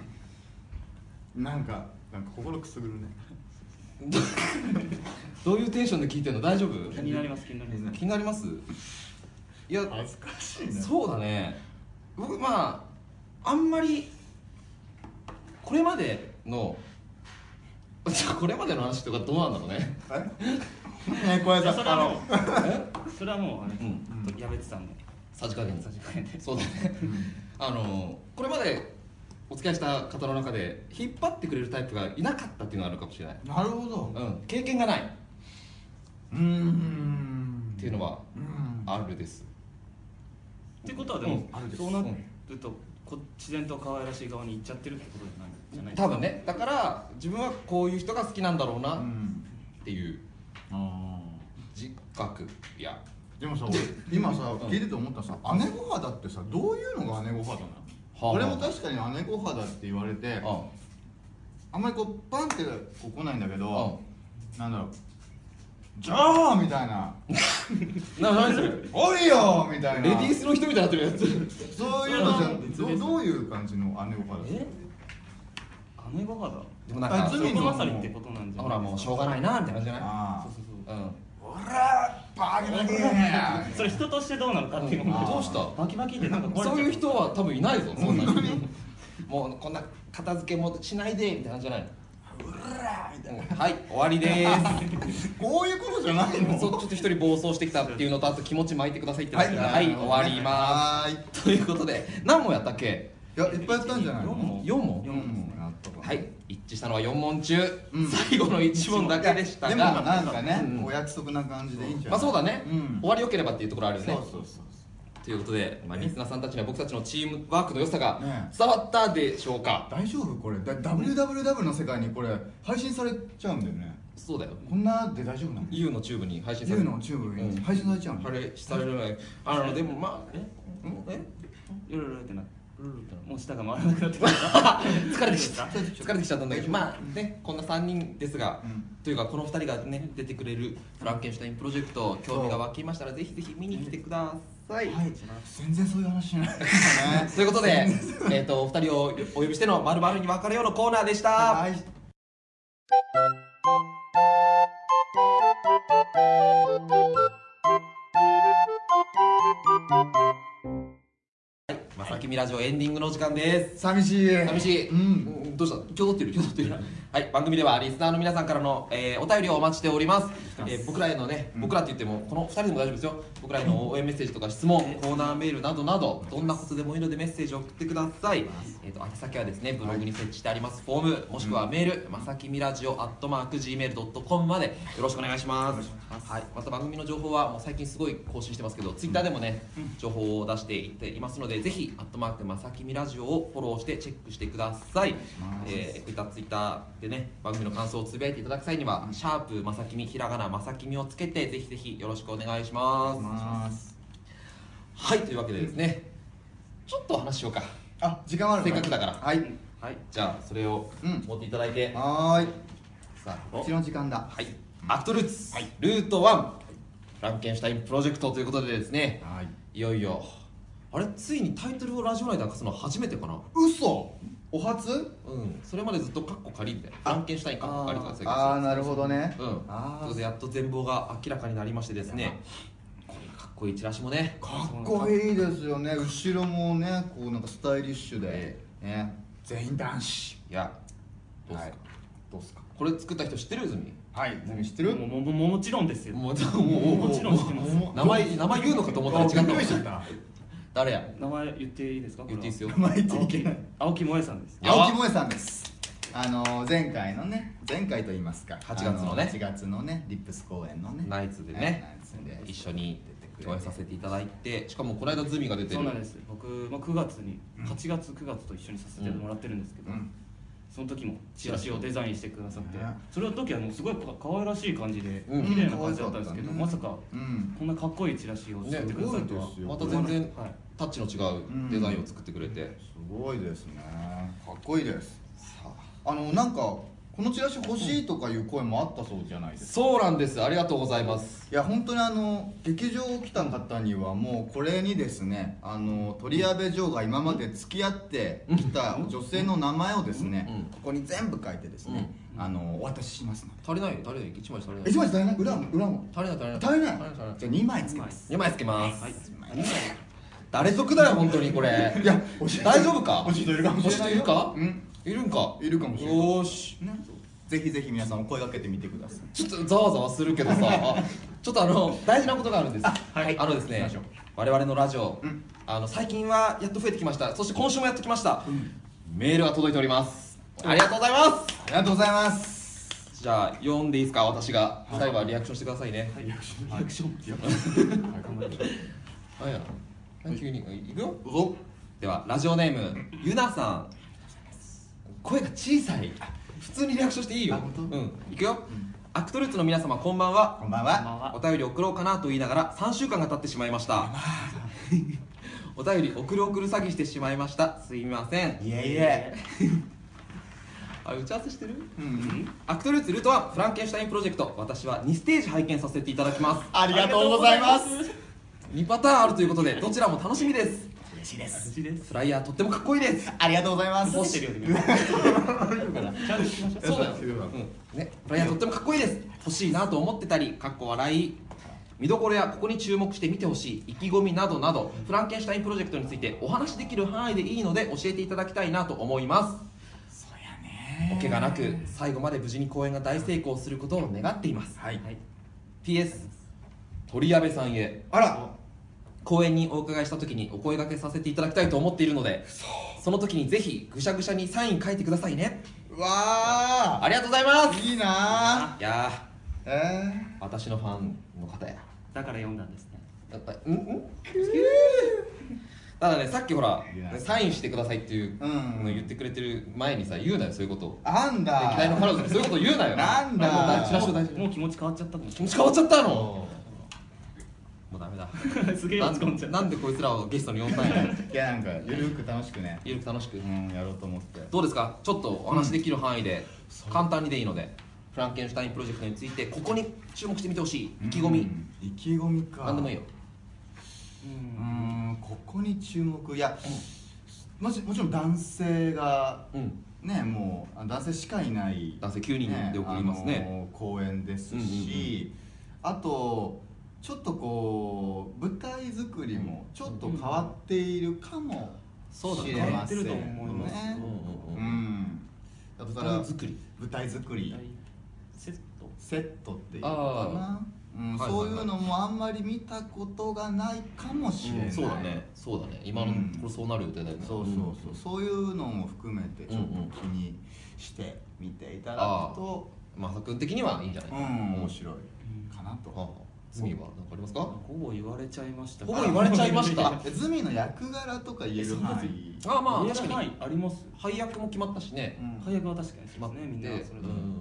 Speaker 3: なんかなんか心くすぐるね
Speaker 1: どういうテンションで聞いてんの大丈夫
Speaker 2: 夫気になります気になります
Speaker 1: 気になりますいや
Speaker 3: 恥ずかしいね
Speaker 1: そうだね僕まああんまりこれまでの これまでの話とかどうなんだろうね
Speaker 3: えねこれ
Speaker 2: いや
Speaker 3: さ
Speaker 2: それ
Speaker 3: あ
Speaker 2: は
Speaker 3: の
Speaker 2: も
Speaker 1: え
Speaker 2: うそれはもうあれ、
Speaker 1: うん
Speaker 2: とやめてたんで
Speaker 1: さじ加減
Speaker 2: さじ加減で
Speaker 1: そうだねあのこれまでお付き合いした方の中で引っ張ってくれるタイプがいなかったっていうのがあるかもしれない、
Speaker 3: なるほど
Speaker 1: うん、経験がないっ
Speaker 3: うーん
Speaker 1: ていうのは
Speaker 3: うん
Speaker 1: あるです
Speaker 2: ってことはでも、
Speaker 1: うんあるです
Speaker 2: そうなるとこ自然と可愛らしい側に行っちゃってるってことじゃないじゃないです
Speaker 1: 多
Speaker 2: か
Speaker 1: 分ねだから自分はこういう人が好きなんだろう
Speaker 3: う
Speaker 1: なっ
Speaker 3: ん
Speaker 1: ていう
Speaker 3: あー
Speaker 1: 自覚いや
Speaker 3: でもさ俺今さ
Speaker 1: ん
Speaker 3: 聞いてて思ったさ姉御肌ってさどういうのが姉御肌なの
Speaker 1: あはあ
Speaker 3: 俺も確かに姉御肌って言われて
Speaker 1: あ
Speaker 3: あんまりこうパンってこう来ないんだけ
Speaker 1: あ
Speaker 3: どなんだろうじゃあみたいな
Speaker 1: な何それ レ
Speaker 3: おいよみたいな
Speaker 1: ディースの人みたいになってるやつ
Speaker 3: そういうのじゃん
Speaker 2: そ
Speaker 3: ど
Speaker 2: うなの
Speaker 3: どういう感じの姉御肌
Speaker 2: え姉御肌
Speaker 1: でもなんか
Speaker 3: あ
Speaker 2: そ
Speaker 3: 罪
Speaker 2: れ
Speaker 3: の
Speaker 2: こまさりってことなんじゃ
Speaker 1: ほ
Speaker 2: な
Speaker 1: ら
Speaker 2: い
Speaker 1: もう
Speaker 2: です
Speaker 1: し
Speaker 2: か
Speaker 1: ょうがないなみたいな感じじゃな
Speaker 3: あ
Speaker 2: そうそう
Speaker 1: いうん
Speaker 3: あおらバカだけや
Speaker 2: そうそれ人としてどうなのかっていうの
Speaker 3: うん
Speaker 2: も
Speaker 3: どうした
Speaker 2: バキバキでなんか壊れちゃ
Speaker 1: そういう人は多分いないぞそんな
Speaker 3: 本当
Speaker 1: に もうこんな片付けもしないでみたいな感じじゃないのはい終わりで
Speaker 3: こういうことじゃないの
Speaker 1: す そうちょっと一人暴走してきたっていうのとあと気持ち巻いてくださいってのが
Speaker 3: は
Speaker 1: はいい終わりま
Speaker 3: はーい
Speaker 1: すということで何問やったっけ
Speaker 3: いやいっぱいやったんじゃない
Speaker 2: 四
Speaker 3: の
Speaker 2: 問
Speaker 1: 4問
Speaker 2: 四
Speaker 3: 四問やったかな
Speaker 1: はい一致したのは4問中、
Speaker 3: うん
Speaker 1: 最後の1問だけでした
Speaker 3: でも
Speaker 1: が
Speaker 3: なんかね、
Speaker 1: うん
Speaker 3: お約束な感じでいいんじゃ
Speaker 1: ま
Speaker 3: ない
Speaker 1: あそうだね、
Speaker 3: うん
Speaker 1: 終わりよければっていうところあるよね
Speaker 3: そうそうそう
Speaker 1: ということで、まあ、リスナーさんたちには僕たちのチームワークの良さが
Speaker 3: ね
Speaker 1: 伝わったでしょうか、
Speaker 3: 大丈夫これだ WWW の世界にこれ配信されちゃうんだよね
Speaker 1: そうだよ
Speaker 3: こんなで大丈夫なの
Speaker 1: YOU のチューブに配信され
Speaker 3: ?U
Speaker 1: る
Speaker 3: のチューブ
Speaker 1: うん
Speaker 3: に配信されちゃうの、
Speaker 1: あれされるねあのでもまあええ
Speaker 2: ルルルってなルルルってなもう舌が回らなくなってきた
Speaker 1: 疲れてきた
Speaker 3: ちょっとちょっと
Speaker 1: 疲れてきちゃったんだけどまあねこんな3人ですが、
Speaker 3: うん
Speaker 1: というかこの2人がね出てくれるフランケンシュタインプロジェクト興味が湧きましたらぜひぜひ見に来てくだ
Speaker 2: さい、
Speaker 3: はい全然そういう話じゃないですね
Speaker 1: ということ で、えっとお二人をお呼びしての「まるに分かれよ」うのコーナーでした、
Speaker 3: はい
Speaker 1: まさきみラジオエンディングのお時間です
Speaker 3: 寂しい
Speaker 1: 寂しい、
Speaker 3: うん
Speaker 1: うんどうした今日撮ってる今日撮ってるはい番組ではリスナーの皆さんからの、えーお便りをお待ちしております、えー僕らへのね、
Speaker 3: うん
Speaker 1: 僕らって言ってもこの2人でも大丈夫ですよ僕らへの応援メッセージとか質問コーナーメールなどなどどんなことでもいいのでメッセージを送ってくださいえっ、と宛先はですねブログに設置してありますフォームもしくはメール、まさきみラジオアットマーク Gmail.com までよろしくお願いしますはい、また番組の情報はもう最近すごい更新してますけどツイッターでもね、情報を出していっていますのでぜひ「アットマークまさきみラジオ」をフォローしてチェックしてください
Speaker 3: 願いします
Speaker 1: えー、こういったツイッターでね番組の感想をつぶやいていただく際には「シャープまさきみひらがなまさきみ」をつけてぜひぜひよろしくお願いします
Speaker 3: ます
Speaker 1: はいというわけでですねちょっとお話ししようか
Speaker 3: あ時間はあるの
Speaker 1: せっかくだから
Speaker 3: はい
Speaker 2: はい、
Speaker 1: じゃあそれを
Speaker 3: うん
Speaker 1: 持っていただいて、は
Speaker 3: はーいさあこっちの時間だ
Speaker 1: いアクトルーツ、ルート1フランケンシュタインプロジェクトということでですね
Speaker 3: はい
Speaker 1: いよいよあれついにタイトルをラジオ内で明かすのは初めてかな
Speaker 3: 嘘お初
Speaker 1: うんそれまでずっとカッコ仮みたいなフランケンシュタインカッコ仮とかそういう感じ
Speaker 3: ああなるほどね
Speaker 1: うん、
Speaker 3: あ
Speaker 1: ということ
Speaker 3: ー
Speaker 1: でやっと全貌が明らかになりましてですねこんなかっこいいチラシもね
Speaker 3: かっこいいですよね後ろもねこうなんかスタイリッシュで
Speaker 1: え
Speaker 3: ね全員男子
Speaker 1: いやどうっすか、
Speaker 3: はいどうっすか
Speaker 1: これ作った人知ってる泉
Speaker 3: はい何知ってる
Speaker 2: もももももちろんですよ
Speaker 1: もうも
Speaker 2: もちろん知ってます
Speaker 3: もう
Speaker 1: 名前名前言うのかと思ったら違った
Speaker 3: あびっくりしちゃった
Speaker 1: 誰や
Speaker 2: 名前言っていいですかこれ
Speaker 1: 言って
Speaker 2: は
Speaker 1: いいっすよ
Speaker 3: 名前言って
Speaker 2: 青
Speaker 3: いけ
Speaker 2: 木
Speaker 3: ない
Speaker 2: 青木萌えさんです
Speaker 1: やば
Speaker 3: 青木萌さんですあのー前回のね前回と言いますか
Speaker 1: 8月のね
Speaker 3: あ8月のねリップス公演のね
Speaker 1: ナイツでね
Speaker 3: はいナイツで
Speaker 1: 一緒に共演させていただいてしかもこの間ズミが出てる
Speaker 2: そうなんです僕、まあ、9月に8月9月と一緒にさせてもらってるんですけど、
Speaker 3: うん
Speaker 2: その時もチラシをデザインしてくださって
Speaker 3: ね
Speaker 2: それの時はもうすごいか可愛らしい感じで
Speaker 1: うん
Speaker 2: 綺麗な感じだったんですけど、
Speaker 3: うん
Speaker 2: まさか
Speaker 3: うん
Speaker 2: こんなかっこいいチラシを作ってくださるとは、
Speaker 3: ねすごいですよ
Speaker 1: また全然
Speaker 2: はい
Speaker 1: タッチの違うデザインを作ってくれて、
Speaker 3: すごいですねかっこいいです
Speaker 1: さあ
Speaker 3: あのなんかこのチラシ欲しいとかいう声もあったそうじゃないですか
Speaker 1: そうなんですありがとうございます
Speaker 3: いや本当にあの劇場来た方にはもうこれにですねあの鳥矢部嬢が今まで付き合ってきた女性の名前をですね、
Speaker 1: うん
Speaker 3: ここに全部書いてですね、あのお渡ししますの
Speaker 1: 足りないよ足りない1枚足りない
Speaker 3: で1枚足りない裏も裏も
Speaker 1: 足りない足りない
Speaker 3: 足りない
Speaker 1: 足りない足りない
Speaker 3: じゃあ2枚つけます
Speaker 1: 2枚つけます、
Speaker 2: はい
Speaker 1: 誰得だよ本当にこれ
Speaker 3: いや
Speaker 1: 大丈夫か
Speaker 3: 欲しい人いるかもしれない
Speaker 1: 欲しい人い
Speaker 3: よ
Speaker 1: るか
Speaker 3: うん
Speaker 1: いるんか
Speaker 3: いるかもしれない
Speaker 1: よーし
Speaker 3: ねぜひぜひ皆さんお声掛けてみてください
Speaker 1: ちょっとざわざわするけどさあちょっとあの大事なことがあるんです
Speaker 2: はい
Speaker 1: あのです
Speaker 3: 行き
Speaker 1: ね
Speaker 3: ましょう
Speaker 1: 我々のラジオ、
Speaker 3: うん
Speaker 1: あの最近はやっと増えてきましたそして今週もやっときました、メールが届いておりますありがとうございま
Speaker 3: ありがとうございます
Speaker 1: すじゃあ読んでいいですか私が2人はリアクションしてくださいね、
Speaker 2: はいリアクションリアクションってやっ
Speaker 1: はい、や何急にいくよではラジオネームゆなさん声が小さい普通にリアクションしていいよ
Speaker 3: あ本当
Speaker 1: うんいくよ、アクトルーツの皆様こんばんは
Speaker 3: こんばんは
Speaker 2: ま
Speaker 1: お便り送ろうかなと言いながら3週間が経ってしまいましたお便り送る送る詐欺してしまいましたすいません
Speaker 3: いえいえ
Speaker 1: あ打ち合わせしてる
Speaker 3: うん
Speaker 1: アクトルーツルートはフランケンシュタインプロジェクト私は2ステージ拝見させていただきます
Speaker 3: ありがとうございます
Speaker 1: 2パターンあるということでどちらも楽しみです
Speaker 3: 嬉しいです
Speaker 2: 私です
Speaker 1: フライヤーとってもかっこいいです
Speaker 3: ありがとうございます
Speaker 2: 干してるように見えますちゃんと聞きましょ う
Speaker 1: そうだよ、うんね、フライヤーとってもかっこいいです欲しいなと思ってたりかっこ笑い見どころやここに注目して見てほしい意気込みなどなどフランケンシュタインプロジェクトについてお話しできる範囲でいいので教えていただきたいなと思います
Speaker 3: そうやね
Speaker 1: お怪我なく最後まで無事に公演が大成功することを願っています
Speaker 3: はい、
Speaker 1: PS 鳥矢部さんへ
Speaker 3: あら
Speaker 1: 公演にお伺いした時にお声掛けさせていただきたいと思っているのでその時にぜひぐしゃぐしゃにサイン書いてくださいね
Speaker 3: うわ
Speaker 1: ありがとうございま
Speaker 3: ー
Speaker 1: す
Speaker 3: いいなー
Speaker 1: いやー
Speaker 3: え
Speaker 1: 私のファンの方や
Speaker 2: だから読んだんですね
Speaker 1: やっぱりうんうんただねさっきほら
Speaker 3: いや
Speaker 1: サインしてくださいっていう
Speaker 3: うん
Speaker 1: の言ってくれてる前にさ言うなよそういうこと
Speaker 3: ー、なんだ
Speaker 1: 歴代の彼女にそういうこと言うなよ
Speaker 3: なんだ
Speaker 1: もう大チラシを大事
Speaker 2: もう気持ち変わっちゃったかもし
Speaker 1: 気持ち変わっちゃったのもうダメだ
Speaker 2: れないすげえ
Speaker 1: な
Speaker 2: 落ち込ん
Speaker 1: ん
Speaker 2: じゃう
Speaker 1: なんでこいつらをゲストに呼んだんや
Speaker 3: いやなんかゆるく楽しくね
Speaker 1: ゆるく楽しく
Speaker 3: うんやろうと思って
Speaker 1: どうですかちょっとお話できる範囲で、簡単にでいいのでフランケンシュタインプロジェクトについてここに注目してみてほしい意気込み、
Speaker 3: うん意気込みか
Speaker 1: なん、何でもいいよ
Speaker 3: うーんここに注目いやもちもちろん男性が
Speaker 1: うん、
Speaker 3: ねもうあ男性しかいない
Speaker 1: 男性9人で送ります
Speaker 3: あ
Speaker 1: ね
Speaker 3: のー公演です
Speaker 1: うんうん
Speaker 3: し、あとちょっとこう舞台作りもちょっと変わっているかも
Speaker 1: そうだ
Speaker 3: し
Speaker 1: ね
Speaker 3: れません
Speaker 2: 変わってると思います
Speaker 3: ね
Speaker 1: うん
Speaker 3: う
Speaker 1: うんうん
Speaker 3: んだから
Speaker 1: 舞台作り
Speaker 3: 舞台作り
Speaker 2: セット
Speaker 3: セットっていうのかな、うん
Speaker 1: はいはいはい
Speaker 3: そういうのもあんまり見たことがないかもしれない、
Speaker 1: うんそうだねそうだね今のところそうなる予定だよね、
Speaker 3: そうそうそう、そういうのも含めてちょっと気にして見ていただくと、
Speaker 1: まさくん的にはいいんじゃない
Speaker 3: うん
Speaker 1: かな、
Speaker 3: 面白いかなと、
Speaker 1: はあ罪は何かありますか
Speaker 2: ほぼ言われちゃいました
Speaker 1: ほぼ言われちゃいました
Speaker 2: あ
Speaker 3: えズミの役柄とか言える範囲
Speaker 1: ああまあ
Speaker 2: 言え
Speaker 1: 確
Speaker 2: る
Speaker 1: か
Speaker 2: 範
Speaker 1: に
Speaker 2: 囲あります
Speaker 1: 配役も決まったしね、
Speaker 3: うん
Speaker 2: 配役は確かに
Speaker 1: 決ま
Speaker 2: そう
Speaker 1: って、
Speaker 2: ですねみんなそれぞれ
Speaker 1: うん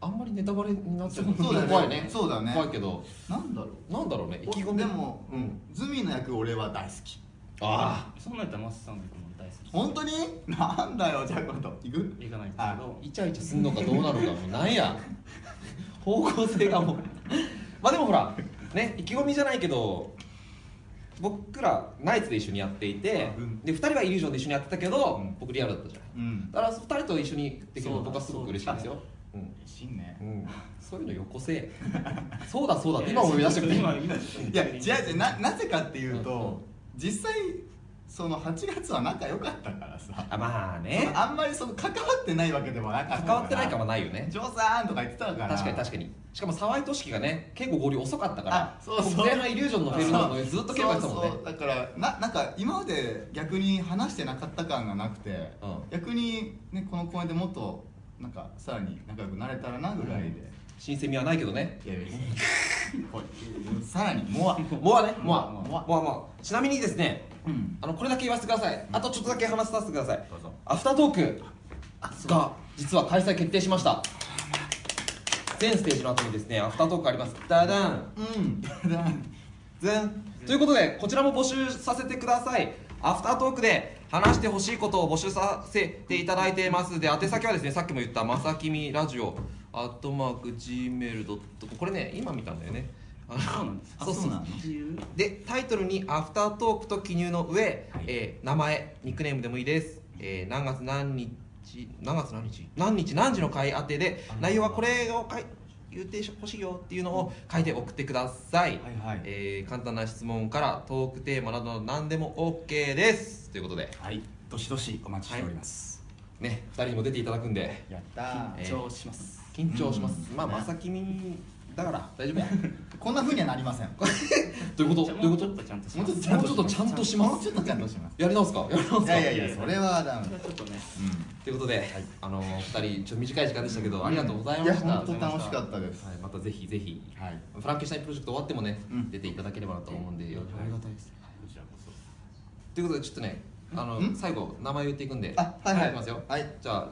Speaker 1: あんまりネタバレになっちゃう
Speaker 3: そうだね
Speaker 1: 怖いね
Speaker 3: そうだね
Speaker 1: 怖いけど
Speaker 3: なんだろう
Speaker 1: なんだろうね意気込み
Speaker 3: でも、
Speaker 1: うん
Speaker 3: ズミの役俺は大好き
Speaker 1: あ
Speaker 2: そんなんやったらマスさんの曲も大好き
Speaker 3: 本当に なんだよじゃあ今度行く
Speaker 2: いかないんで
Speaker 3: あ
Speaker 1: あイチャイチャすんのかどうなのかもうなんや方向性がもうまあでもほらね意気込みじゃないけど僕らナイツで一緒にやっていて、
Speaker 3: うん
Speaker 1: で2人はイリュージョンで一緒にやってたけど、
Speaker 3: うん
Speaker 1: 僕リアルだったじゃない
Speaker 3: うん
Speaker 1: だから2人と一緒にできるの
Speaker 2: そうだ
Speaker 1: 僕はすごく嬉しいですようん
Speaker 3: 嬉しいね
Speaker 1: うん、そういうのよこせそうだそうだって
Speaker 2: けど
Speaker 1: 今思い出してくれ
Speaker 2: 今今ちょっと
Speaker 3: いや違う違うななぜかっていうと、
Speaker 1: うんうん
Speaker 3: 実際その8月は仲良かったからさ
Speaker 1: あまあ
Speaker 3: そ
Speaker 1: ね
Speaker 3: のあんまりその関わってないわけでもなかった
Speaker 1: 関わってないかも
Speaker 3: な
Speaker 1: ないよね
Speaker 3: ジョーさんとか言ってたから
Speaker 1: 確かに確かにしかも沢井俊樹がね結構合流遅かったから
Speaker 3: あそうそう
Speaker 1: 前半イリュージョンのフェルなのにずっと競馬してたもんね
Speaker 3: そうそうだからななんか今まで逆に話してなかった感がなくて、
Speaker 1: うん
Speaker 3: 逆に、ね、この公演でもっとなんかさらに仲良くなれたらなぐらいで、
Speaker 1: 新鮮味はないけどね
Speaker 3: いやいやさらにモア、
Speaker 1: モアねモア
Speaker 3: モア
Speaker 1: モアモアモアちなみにですね
Speaker 3: うん、
Speaker 1: あのこれだけ言わせてくださいあとちょっとだけ話させてください
Speaker 3: どうぞ
Speaker 1: アフタートークが実は開催決定しました全ステージの後にですねアフタートークありますダダン
Speaker 3: うん
Speaker 1: ズンということでこちらも募集させてくださいアフタートークで話してほしいことを募集させていただいていますで宛先はですねさっきも言った「まさきみラジオ」「アットマーク Gmail.com」これね今見たんだよねあの
Speaker 2: そうなんです
Speaker 3: あそうなの
Speaker 2: 自由
Speaker 1: でタイトルに「アフタートーク」と記入の上、えー名前ニックネームでもいいです、えー何月何日何月何日何日何時の回宛てで内容はこれを書い言ってほしいよっていうのを書いて送ってください、
Speaker 3: はいはい
Speaker 1: えー簡単な質問からトークテーマなど何でも OK ですということで
Speaker 3: はいどしどしお待ちしております、
Speaker 1: ね2人にも出ていただくんで
Speaker 3: やったー
Speaker 1: えー
Speaker 2: 緊張します
Speaker 1: 緊張します、
Speaker 3: うん
Speaker 1: まあ
Speaker 3: ね
Speaker 1: まさきみだから大 丈夫や
Speaker 3: こんなふうにはなりませんもう
Speaker 1: どういうこと
Speaker 2: じゃあ
Speaker 1: どういう
Speaker 2: も
Speaker 1: こ
Speaker 2: ち
Speaker 1: と
Speaker 2: ょっとちゃんとし
Speaker 3: も
Speaker 2: ま
Speaker 3: う
Speaker 1: もうちょっとちゃんとします
Speaker 3: ちょっとちょ
Speaker 2: す
Speaker 3: っとちゃんとします
Speaker 1: やり直すかやり直す
Speaker 3: い
Speaker 1: か
Speaker 3: やいやいやそれはダメだ
Speaker 2: ちょっとね
Speaker 3: う
Speaker 1: ということで、あの2人ちょっと短い時間でしたけど、ありがとうござい
Speaker 3: ん
Speaker 1: ました
Speaker 3: や本当楽しかったです
Speaker 1: はい、またぜひぜひ
Speaker 3: はい
Speaker 1: フランケンシュタインプロジェクト終わってもね、
Speaker 3: うん
Speaker 1: 出ていただければなと思うんでよろしくお願いします
Speaker 2: たいです
Speaker 4: こちらこそ。
Speaker 1: ということでちょっとねあの
Speaker 3: ん
Speaker 1: 最後名前言っていくんで
Speaker 3: あはいはい
Speaker 1: きますよ
Speaker 3: はい
Speaker 1: じゃあ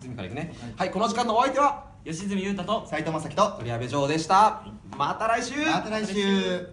Speaker 1: 次からいくねはい、この時間のお相手は
Speaker 2: 吉住優太と
Speaker 3: 斉藤正樹と
Speaker 1: 鳥矢部城でしたまた来週
Speaker 3: また来週